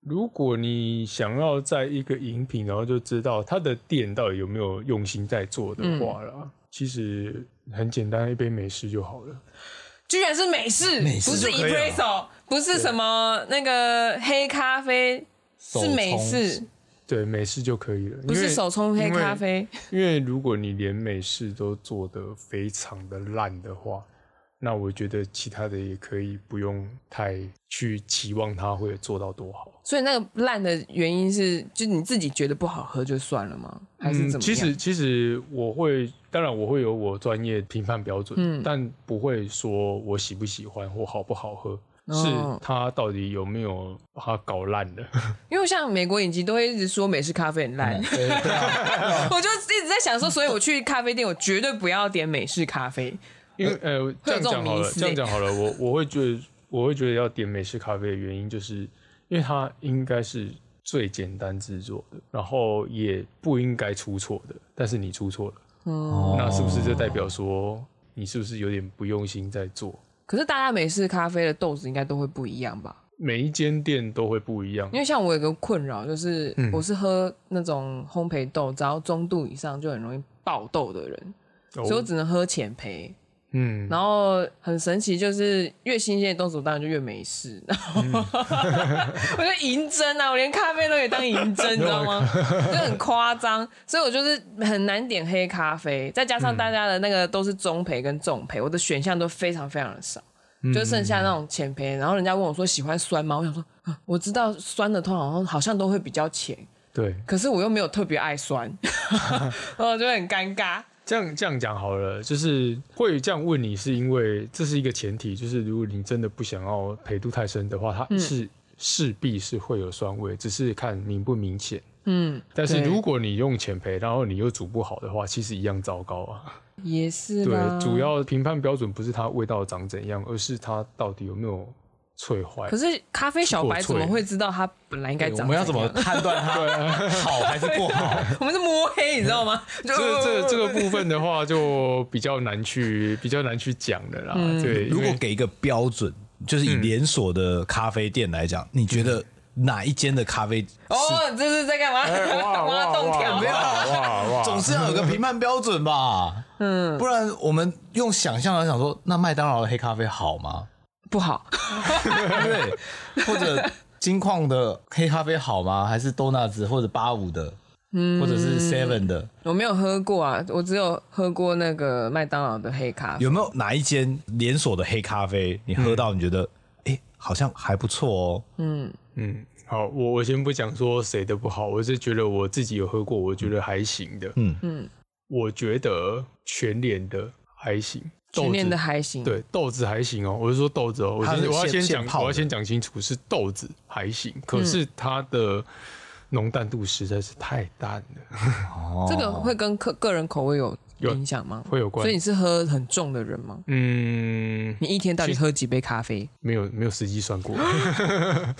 Speaker 3: 如果你想要在一个饮品，然后就知道它的店到底有没有用心在做的话啦，
Speaker 2: 嗯
Speaker 3: 其实很简单，一杯美式就好了。
Speaker 2: 居然是美式，
Speaker 1: 美式
Speaker 2: 不
Speaker 1: 就
Speaker 2: 是
Speaker 1: 可以了
Speaker 2: espresso，不是什么那个黑咖啡，是美式，
Speaker 3: 对，美式就可以了，
Speaker 2: 不
Speaker 3: 因
Speaker 2: 是
Speaker 3: 为
Speaker 2: 手冲黑咖。啡。
Speaker 3: 因为因为如果你连美式都做得非常的烂的话，那我觉得其他的也可以不用太去期望它会做到多好。
Speaker 2: 所以那个烂的原因是，就你自己觉得不好喝就算了吗？还是怎么样？
Speaker 3: 嗯其实其实我会，当然我会有我专业评判标准，
Speaker 2: 嗯
Speaker 3: 但不会说我喜不喜欢或好不好喝，
Speaker 2: 哦
Speaker 3: 是它到底有没有把它搞烂的。
Speaker 2: 因为像美国影集都会一直说美式咖啡很烂， 我就一直在想说，所以我去咖啡店，我绝对不要点美式咖啡。
Speaker 3: 因为呃，这样讲好
Speaker 2: 迷
Speaker 3: 了，
Speaker 2: 思
Speaker 3: 这样讲好了，我我会觉得我会觉得要点美式咖啡的原因，就是因为它应该是最简单制作的，然后也不应该出错的，但是你出错了，
Speaker 2: 哦
Speaker 3: 那是不是就代表说你是不是有点不用心在做？
Speaker 2: 可是大家美式咖啡的豆子应该都会不一样吧？
Speaker 3: 每一间店都会不一样
Speaker 2: 因，为像我有个困扰，就是我是喝那种烘焙豆，只要中度以上就很容易爆豆的人，
Speaker 3: 哦
Speaker 2: 所以我只能喝浅焙。
Speaker 3: 嗯，
Speaker 2: 然后很神奇，就是越新鲜的豆子，我当然就越美式。然后
Speaker 3: 嗯
Speaker 2: 我就银针啊，我连咖啡都可以当银针，你知道 吗？就很夸张，所以我就是很难点黑咖啡，再加
Speaker 3: 嗯
Speaker 2: 上大家的那个都是中培跟重培，我的选项都非常非常的少。
Speaker 3: 嗯
Speaker 2: 就剩下那种浅培，然后人家问我说喜欢酸吗？我想说，啊我知道酸的通常好像都会比较浅，
Speaker 3: 对，
Speaker 2: 可是我又没有特别爱酸， 然后我就很尴尬。
Speaker 3: 这样这样讲好了，就是会这样问你，是因为这是一个前提，就是如果你真的不想要陪度太深的话，
Speaker 2: 嗯
Speaker 3: 它是势必是会有酸味，只是看明不明显。
Speaker 2: 嗯，
Speaker 3: 但是
Speaker 2: 对
Speaker 3: 如果你用浅培，然后你又煮不好的话，其实一样糟糕啊。
Speaker 2: 也是
Speaker 3: 对
Speaker 2: 啦，
Speaker 3: 主要评判标准不是它味道长怎样，而是它到底有没有脆坏
Speaker 2: 可。是咖啡小白怎么
Speaker 3: 欸
Speaker 2: 会知道它本来应该长
Speaker 1: 我们要怎么
Speaker 2: 样？
Speaker 1: 判断 它好还是不好？
Speaker 2: 我们是摸黑，你知道吗？
Speaker 3: 这这这个部分的话，就比较难去比较难去讲的啦。
Speaker 2: 嗯
Speaker 3: 对，因
Speaker 1: 如
Speaker 3: 为嗯
Speaker 1: 果给一个标准，就是以连锁的咖啡店来讲，你觉得哪一间的咖啡是
Speaker 2: 哦，这 是在干嘛？挖洞条，
Speaker 3: 哎
Speaker 2: 啊
Speaker 3: 哇哇哇！
Speaker 1: 总是要有个评判标准吧？嗯，不然我们用想象来想说，那麦当劳的黑咖啡好吗？
Speaker 2: 不好，
Speaker 1: 对， 或者金矿的黑咖啡好吗？还是豆纳兹或者八五的，或者是 Seven 的？
Speaker 2: 我没有喝过啊，我只有喝过那个麦当劳的黑咖啡。
Speaker 1: 有没有哪一间连锁的黑咖啡，你喝到你觉得，哎、好像还不错哦？
Speaker 3: 嗯，好，我我先不讲说谁的不好，我是觉得我自己有喝过，我觉得还行的。
Speaker 1: 嗯
Speaker 2: 嗯，
Speaker 3: 我觉得全脸的还行，豆
Speaker 2: 全
Speaker 3: 子
Speaker 2: 年的还行，，
Speaker 3: 对豆子还行哦，我是说豆子哦，我
Speaker 1: 它是
Speaker 3: 先我要
Speaker 1: 现
Speaker 3: 先讲
Speaker 1: 现泡，的
Speaker 3: 我要先讲清楚是豆子还行，
Speaker 2: 嗯
Speaker 3: 可是它的浓淡度实在是太淡了，
Speaker 1: 哦
Speaker 2: 这个会跟个个人口味有
Speaker 3: 有
Speaker 2: 影响吗？
Speaker 3: 会有关
Speaker 2: 所以你是喝很重的人吗？
Speaker 3: 嗯，
Speaker 2: 你一天到底喝几杯咖啡？
Speaker 3: 没有没有实际算过，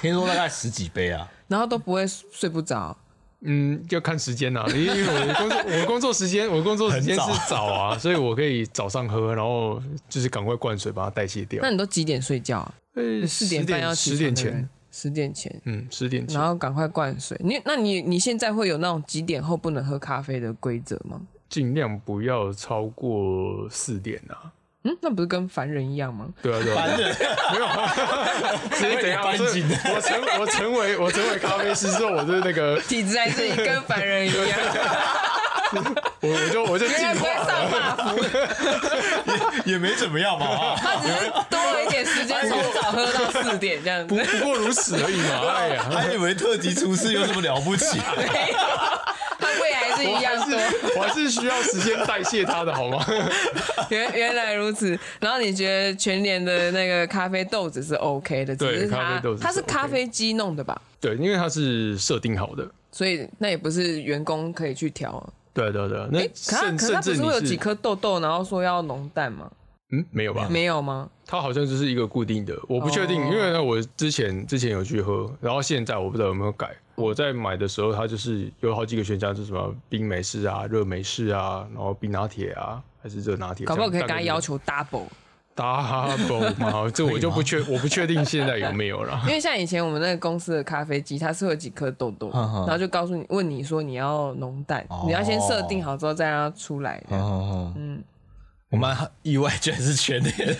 Speaker 1: 听说大概十几杯 啊，
Speaker 2: 然后都不会睡不着，
Speaker 3: 嗯，要看时间呐、因为我的工作我的工作时间我的工作时间
Speaker 1: 很
Speaker 3: 是早啊，所以我可以早上喝，然后就是赶快灌水把它代谢掉
Speaker 2: 那。你都几点睡觉啊？
Speaker 3: 呃，
Speaker 2: 你四点半要起
Speaker 3: 十点
Speaker 2: 床的
Speaker 3: 前
Speaker 2: 人，，十点前，
Speaker 3: 嗯，十点前
Speaker 2: 然后赶快灌水。你那你你现在会有那种几点后不能喝咖啡的规则吗？
Speaker 3: 尽量不要超过四点啊。
Speaker 2: 嗯，那不是跟凡人一样吗？
Speaker 3: 对啊，对啊，
Speaker 1: 人
Speaker 3: 所以怎样？
Speaker 1: 搬
Speaker 3: 我是
Speaker 1: 进
Speaker 3: 我成我成为我成为咖啡师之后，我就是那个
Speaker 2: 体质还是跟凡人一 样，
Speaker 3: 我我就我就进
Speaker 2: 原来不会
Speaker 3: 化了。
Speaker 2: 上马服，
Speaker 1: 也没怎么样嘛。
Speaker 2: 他只是多了一点时间，从早喝到四点这样
Speaker 3: 不
Speaker 2: 子。
Speaker 3: 不过如此而已嘛，哎呀，
Speaker 1: 还以为特级厨师有什么了不起、
Speaker 2: 没有， 他胃还是一样多。
Speaker 3: 啊我还是需要时间代谢它的好吗？
Speaker 2: 原原来如此。然后你觉得全年的那个咖啡豆子是 OK 的，只
Speaker 3: 对
Speaker 2: 是
Speaker 3: 咖
Speaker 2: 它
Speaker 3: 啡豆子是
Speaker 2: 它是
Speaker 3: OK
Speaker 2: 咖啡机弄的吧？
Speaker 3: 对，因为它是设定好的。
Speaker 2: 所以那也不是员工可以去调。
Speaker 3: 对对对，
Speaker 2: 哎
Speaker 3: 那，
Speaker 2: 可它
Speaker 3: 呃甚
Speaker 2: 可它
Speaker 3: 甚
Speaker 2: 不
Speaker 3: 至
Speaker 2: 是
Speaker 3: 你
Speaker 2: 会有几
Speaker 3: 是
Speaker 2: 颗豆豆，然后说要浓淡吗？
Speaker 3: 嗯没有吧？
Speaker 2: 没有吗？
Speaker 3: 它好像就是一个固定的，我不确定，
Speaker 2: 哦
Speaker 3: 因为呢，我之前之前有去喝，然后现在我不知道有没有改。我在买的时候，它就是有好几个选项，就是什么冰美式啊、热美式啊，然后冰拿铁啊，还是热拿铁这
Speaker 2: 搞
Speaker 3: 样。
Speaker 2: 不好可以跟
Speaker 3: 大概
Speaker 2: 他
Speaker 3: 就是
Speaker 2: 要求 double。
Speaker 3: double 吗？这我就不确，我不确定现在有没有了。
Speaker 2: 因为像以前我们那个公司的咖啡机，它是会有几颗豆 豆，
Speaker 1: 嗯嗯
Speaker 2: 然后就告诉你，问你说你要浓淡
Speaker 1: 哦，
Speaker 2: 你要先设定好之后再让它出 来。这 样
Speaker 1: 哦，嗯，我蛮意外，居然是全联，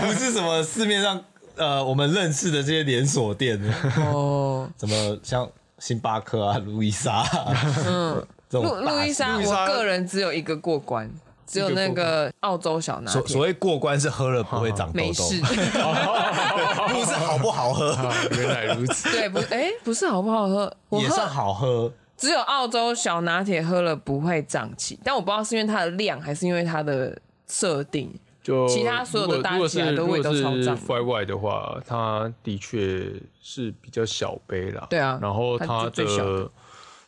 Speaker 1: 不是什么市面上呃我们认识的这些连锁店，
Speaker 2: 哦，
Speaker 1: 什么像星巴克啊、路易莎、啊，嗯，这
Speaker 2: 路
Speaker 1: 种大
Speaker 2: 路易莎，
Speaker 3: 路易莎
Speaker 2: 我个人只有一个过关，只有那个澳洲小拿
Speaker 1: 所所
Speaker 2: 铁，
Speaker 1: 谓过关是喝了不会长痘
Speaker 2: 没
Speaker 1: 痘，
Speaker 2: 事。
Speaker 1: 不是好不好喝，
Speaker 3: 啊，原来如 此。
Speaker 2: 对，不，哎，不是好不好喝？我
Speaker 1: 也算
Speaker 3: 啊
Speaker 2: 喝
Speaker 1: 好喝。
Speaker 2: 只有澳洲小拿铁喝了不会胀气，但我不知道是因为它的量还是因为它的设定。
Speaker 3: 就
Speaker 2: 其他所有的啊搭起来的
Speaker 3: 如果
Speaker 2: 味道
Speaker 3: 如果
Speaker 2: 超
Speaker 3: 是
Speaker 2: 脏
Speaker 3: f r y white 的话，它的确是比较小杯啦。
Speaker 2: 对啊
Speaker 3: 然后
Speaker 2: 它
Speaker 3: 它
Speaker 2: 是最小的
Speaker 3: 的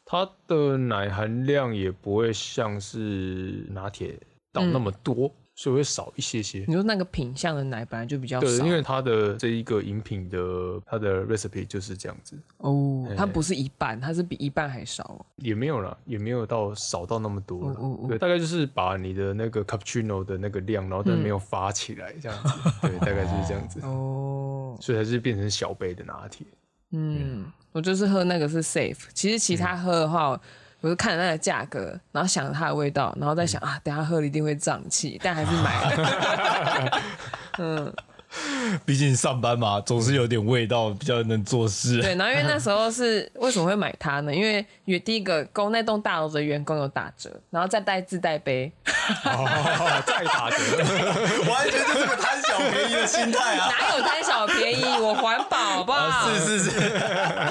Speaker 3: 它的奶含量也不会像是拿铁到那么
Speaker 2: 嗯
Speaker 3: 多，所以会少一些些
Speaker 2: 你。说那个品相的奶本来就比较
Speaker 3: 对，
Speaker 2: 嗯少
Speaker 3: 因，为它的这一个饮品的它的 recipe 就是这样子，
Speaker 2: 哦，它不是一半，它是比一半还少哦。
Speaker 3: 也没有啦，也没有到少到那么多啦。
Speaker 2: 哦哦哦
Speaker 3: 对，大概就是把你的那个 cappuccino 的那个量，然后但没有发起来这样子。对，大概就是这样子，
Speaker 2: 嗯哦，
Speaker 3: 所以才是变成小杯的拿铁。
Speaker 2: 嗯，我就是喝那个是 safe，其实其他喝的话。我就看了那个价格，然后想着它的味道，然后
Speaker 1: 嗯
Speaker 2: 再想、啊，等一下喝了一定会胀气，但还是买 了。
Speaker 1: 毕竟上班嘛，总是有点味道，比较能做事。
Speaker 2: 对，然后因为那时候是为什么会买它呢？因为原第一个公那栋大楼的员工有打折，然后再带自带杯，
Speaker 3: 哦，再打折，
Speaker 1: 完全就是个贪小便宜的心态 啊！
Speaker 2: 哪有贪小便宜？我环保好 不好？
Speaker 1: 是是是，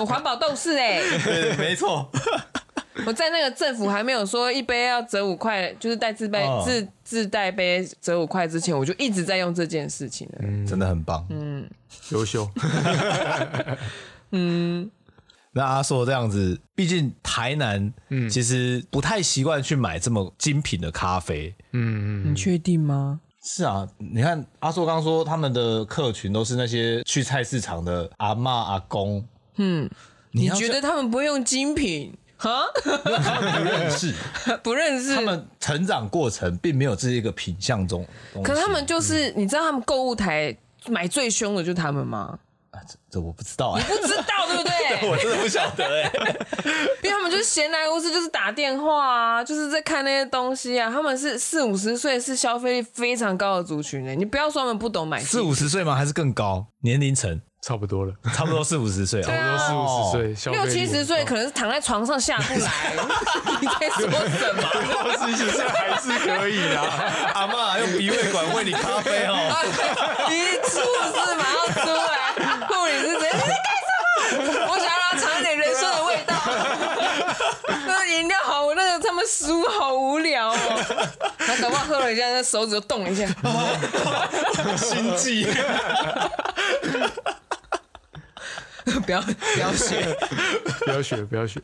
Speaker 2: 我环保斗士哎、
Speaker 1: 对，没错。
Speaker 2: 我在那个政府还没有说一杯要折五块，就是带自备、
Speaker 1: 哦
Speaker 2: 自自带杯折五块之前，我就一直在用这件事情了。
Speaker 1: 真的很棒。
Speaker 2: 嗯
Speaker 3: 优秀。
Speaker 1: 那阿硕这样子，毕竟台南，其实不太习惯去买这么精品的咖啡。
Speaker 2: 你确定吗？
Speaker 1: 是啊，你看阿硕刚说他们的客群都是那些去菜市场的阿嬷阿公，嗯，你
Speaker 2: 你
Speaker 1: 要
Speaker 2: 觉得他们不会用精品？哈，
Speaker 1: 他们不认识，
Speaker 2: 不认识
Speaker 1: 他。们成长过程并没有这一个品相中，
Speaker 2: 可他们就是，你知道他们购物台买最凶的就是他们吗？
Speaker 1: 啊这这我不知道哎、
Speaker 2: 不知道对不对？
Speaker 1: 我真的不晓得哎、
Speaker 2: 因为他们就是闲来无事，就是打电话啊，就是在看那些东西啊。他们是四五十岁，是消费力非常高的族群呢、欸你不要说他们不懂买戏
Speaker 1: 四五十岁吗？ 还是更高年龄层？
Speaker 3: 差不多了，
Speaker 1: 差不多四五十岁
Speaker 2: 对
Speaker 1: 啊。
Speaker 2: 啊
Speaker 3: 都哦四五十岁，消
Speaker 2: 六
Speaker 3: 费力
Speaker 2: 七十岁
Speaker 3: 很高
Speaker 2: 可能是躺在床上下不 来，你在说什么？
Speaker 3: 六七十岁还是可以 啦。
Speaker 1: 哦阿妈用鼻胃管喂你咖啡哦。
Speaker 2: 一出事马上出来，护理师直接你在干什么？我想要让他尝一点人生的味 道。那饮料好，我那个他们食物好无聊哦。他搞不好喝了一下，那手指就动了一下。
Speaker 1: 心悸，
Speaker 2: 不要不要学，
Speaker 3: 不要学，不要学。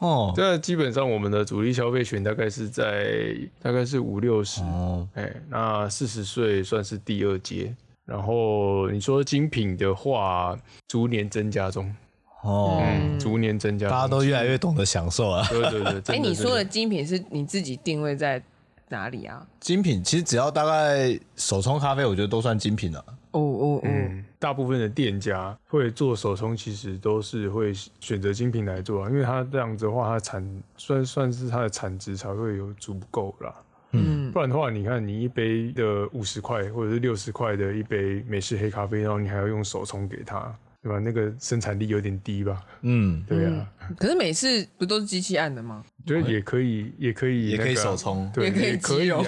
Speaker 1: 哦，
Speaker 3: 这啊基本上我们的主力消费群大概是在大概是五六十，
Speaker 1: 哦
Speaker 3: 哎，那四十岁算是第二阶。然后你说精品的话，逐年增加中，
Speaker 1: 哦，
Speaker 3: 嗯，逐年增加中，
Speaker 1: 大家都越来越懂得享受啊。
Speaker 3: 对对对，真
Speaker 2: 哎、你
Speaker 3: 真
Speaker 2: 说的精品是你自己定位在哪里啊？
Speaker 1: 精品其实只要大概手冲咖啡，我觉得都算精品了。
Speaker 2: 哦哦哦，
Speaker 3: 嗯，大部分的店家会做手冲，其实都是会选择精品来做、啊，因为它这样子的话，它产算算是它的产值才会有足够啦。嗯，不然的话，你看你一杯的五十块或者是六十块的一杯美式黑咖啡，然后你还要用手冲给它，对吧？那个生产力有点低吧？
Speaker 1: 嗯，
Speaker 3: 对呀、
Speaker 2: 可是每次不都是机器按的吗？
Speaker 3: 觉得也可以，也可以、
Speaker 1: 也
Speaker 3: 那个啊
Speaker 1: 可以手冲
Speaker 3: 对，
Speaker 2: 也可以哦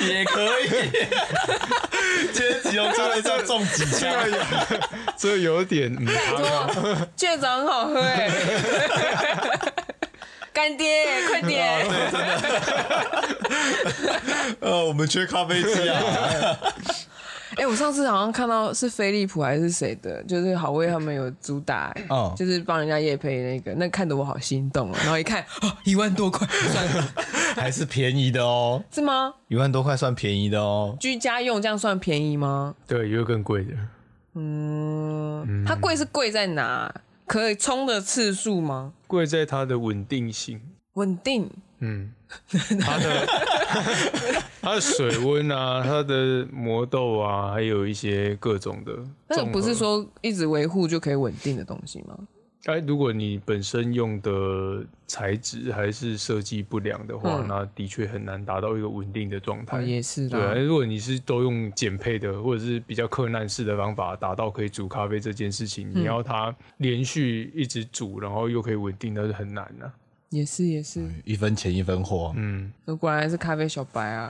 Speaker 3: 也可以
Speaker 2: 即
Speaker 3: 啊
Speaker 1: 也可
Speaker 2: 溶。
Speaker 1: 以。 今天吉隆出来是要中几枪？
Speaker 3: 这有点 嗯，
Speaker 2: 拜托，雀巢很好喝 哎、干爹，快点！
Speaker 1: 呃，我们缺咖啡机啊。
Speaker 2: 哎、我上次好像看到是飞利浦还是谁的，就是好味他们有主打、欸，
Speaker 1: 嗯
Speaker 2: 就是帮人家夜配那个，那看得我好心动哦、然后一看，哦，一万多块，算了，
Speaker 1: 还是便宜的哦，
Speaker 2: 是吗？
Speaker 1: 一万多块算便宜的哦。
Speaker 2: 居家用这样算便宜吗？
Speaker 3: 对，也有更贵的。
Speaker 2: 嗯，它贵是贵在哪？可以充的次数吗？
Speaker 3: 贵在它的稳定性，
Speaker 2: 稳定，
Speaker 3: 嗯，它的它的水温啊，它的磨豆啊，还有一些各种的。
Speaker 2: 那个
Speaker 3: 综合
Speaker 2: 不是，说一直维护就可以稳定的东西吗？
Speaker 3: 哎，如果你本身用的材质还是设计不良的话，
Speaker 2: 嗯
Speaker 3: 那的确很难达到一个稳定的状态。
Speaker 2: 哦，也是
Speaker 3: 对啊，
Speaker 2: 啦，
Speaker 3: 如果你是都用减配的，或者是比较克难式的方法达到可以煮咖啡这件事情，
Speaker 2: 嗯
Speaker 3: 你要它连续一直煮，然后又可以稳定，那是很难啊。
Speaker 2: 也是也是。
Speaker 1: 一分钱一分货，
Speaker 3: 嗯，
Speaker 2: 我果然还是咖啡小白 啊，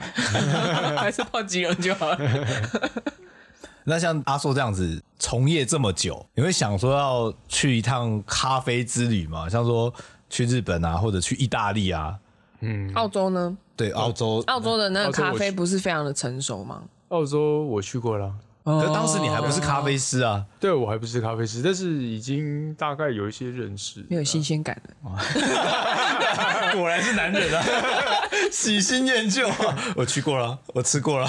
Speaker 2: 还是泡吉隆就好了。
Speaker 1: 那像阿硕这样子从业这么久，你会想说要去一趟咖啡之旅吗？像说去日本啊，或者去意大利啊，
Speaker 2: 澳洲呢？
Speaker 1: 对，澳洲。
Speaker 2: 澳洲的那个
Speaker 3: 嗯澳洲我
Speaker 2: 咖啡
Speaker 3: 去
Speaker 2: 不是非常的成熟吗？
Speaker 3: 澳洲我去过啦。
Speaker 2: 哦
Speaker 1: 可是当时你还不是咖啡师啊，
Speaker 3: 对，我还不是咖啡师，但是已经大概有一些认识。
Speaker 2: 没有新鲜感了。
Speaker 1: 果然是男人啊， 喜新厌旧。啊 我去过了，我吃过了。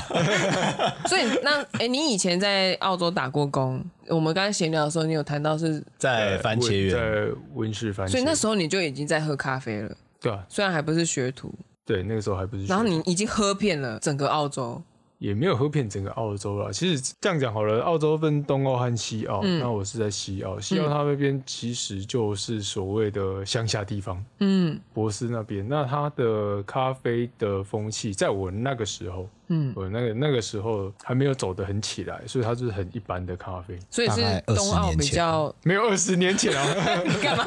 Speaker 2: 所以那哎、诶你以前在澳洲打过工？我们刚才闲聊的时候，你有谈到是，
Speaker 1: 在番茄园，
Speaker 3: 在温室番茄，
Speaker 2: 所以那时
Speaker 3: 候
Speaker 2: 候你就已经在喝咖啡了，
Speaker 3: 对啊，
Speaker 2: 虽然还不是学徒，
Speaker 3: 对，那个时候还不是学生，
Speaker 2: 然后你已经喝遍了整个澳洲。
Speaker 3: 也没有喝遍整个澳洲啦。其实这样讲好了，澳洲分东澳和西澳，
Speaker 2: 嗯
Speaker 3: 那我是在西澳，西澳它那边其实就是所谓的乡下地方，
Speaker 2: 嗯
Speaker 3: 博斯那边，那它的咖啡的风气，在我那个时候，
Speaker 2: 嗯，
Speaker 3: 我那个那个时候还没有走得很起来，所以它就是很一般的咖啡，
Speaker 2: 所以
Speaker 1: 大
Speaker 2: 是
Speaker 1: 概20
Speaker 2: 东澳
Speaker 1: 年
Speaker 2: 比
Speaker 1: 前
Speaker 2: 较
Speaker 3: 没有二十年前啊，
Speaker 2: 干嘛？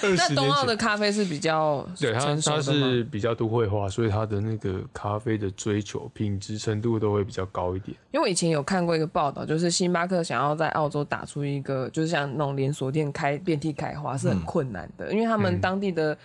Speaker 3: 二
Speaker 2: 那
Speaker 3: 十
Speaker 2: 东
Speaker 3: 年
Speaker 2: 澳
Speaker 3: 前
Speaker 2: 的。咖啡是比较
Speaker 3: 对它，
Speaker 2: 成熟
Speaker 3: 它
Speaker 2: 的吗
Speaker 3: 是比较都会化，所以它的那个咖啡的追求品质程度都会比较高一点。
Speaker 2: 因为我以前有看过一个报道，就是星巴克想要在澳洲打出一个，就是像那种连锁店开遍地开花是很困难的，因为他们当地的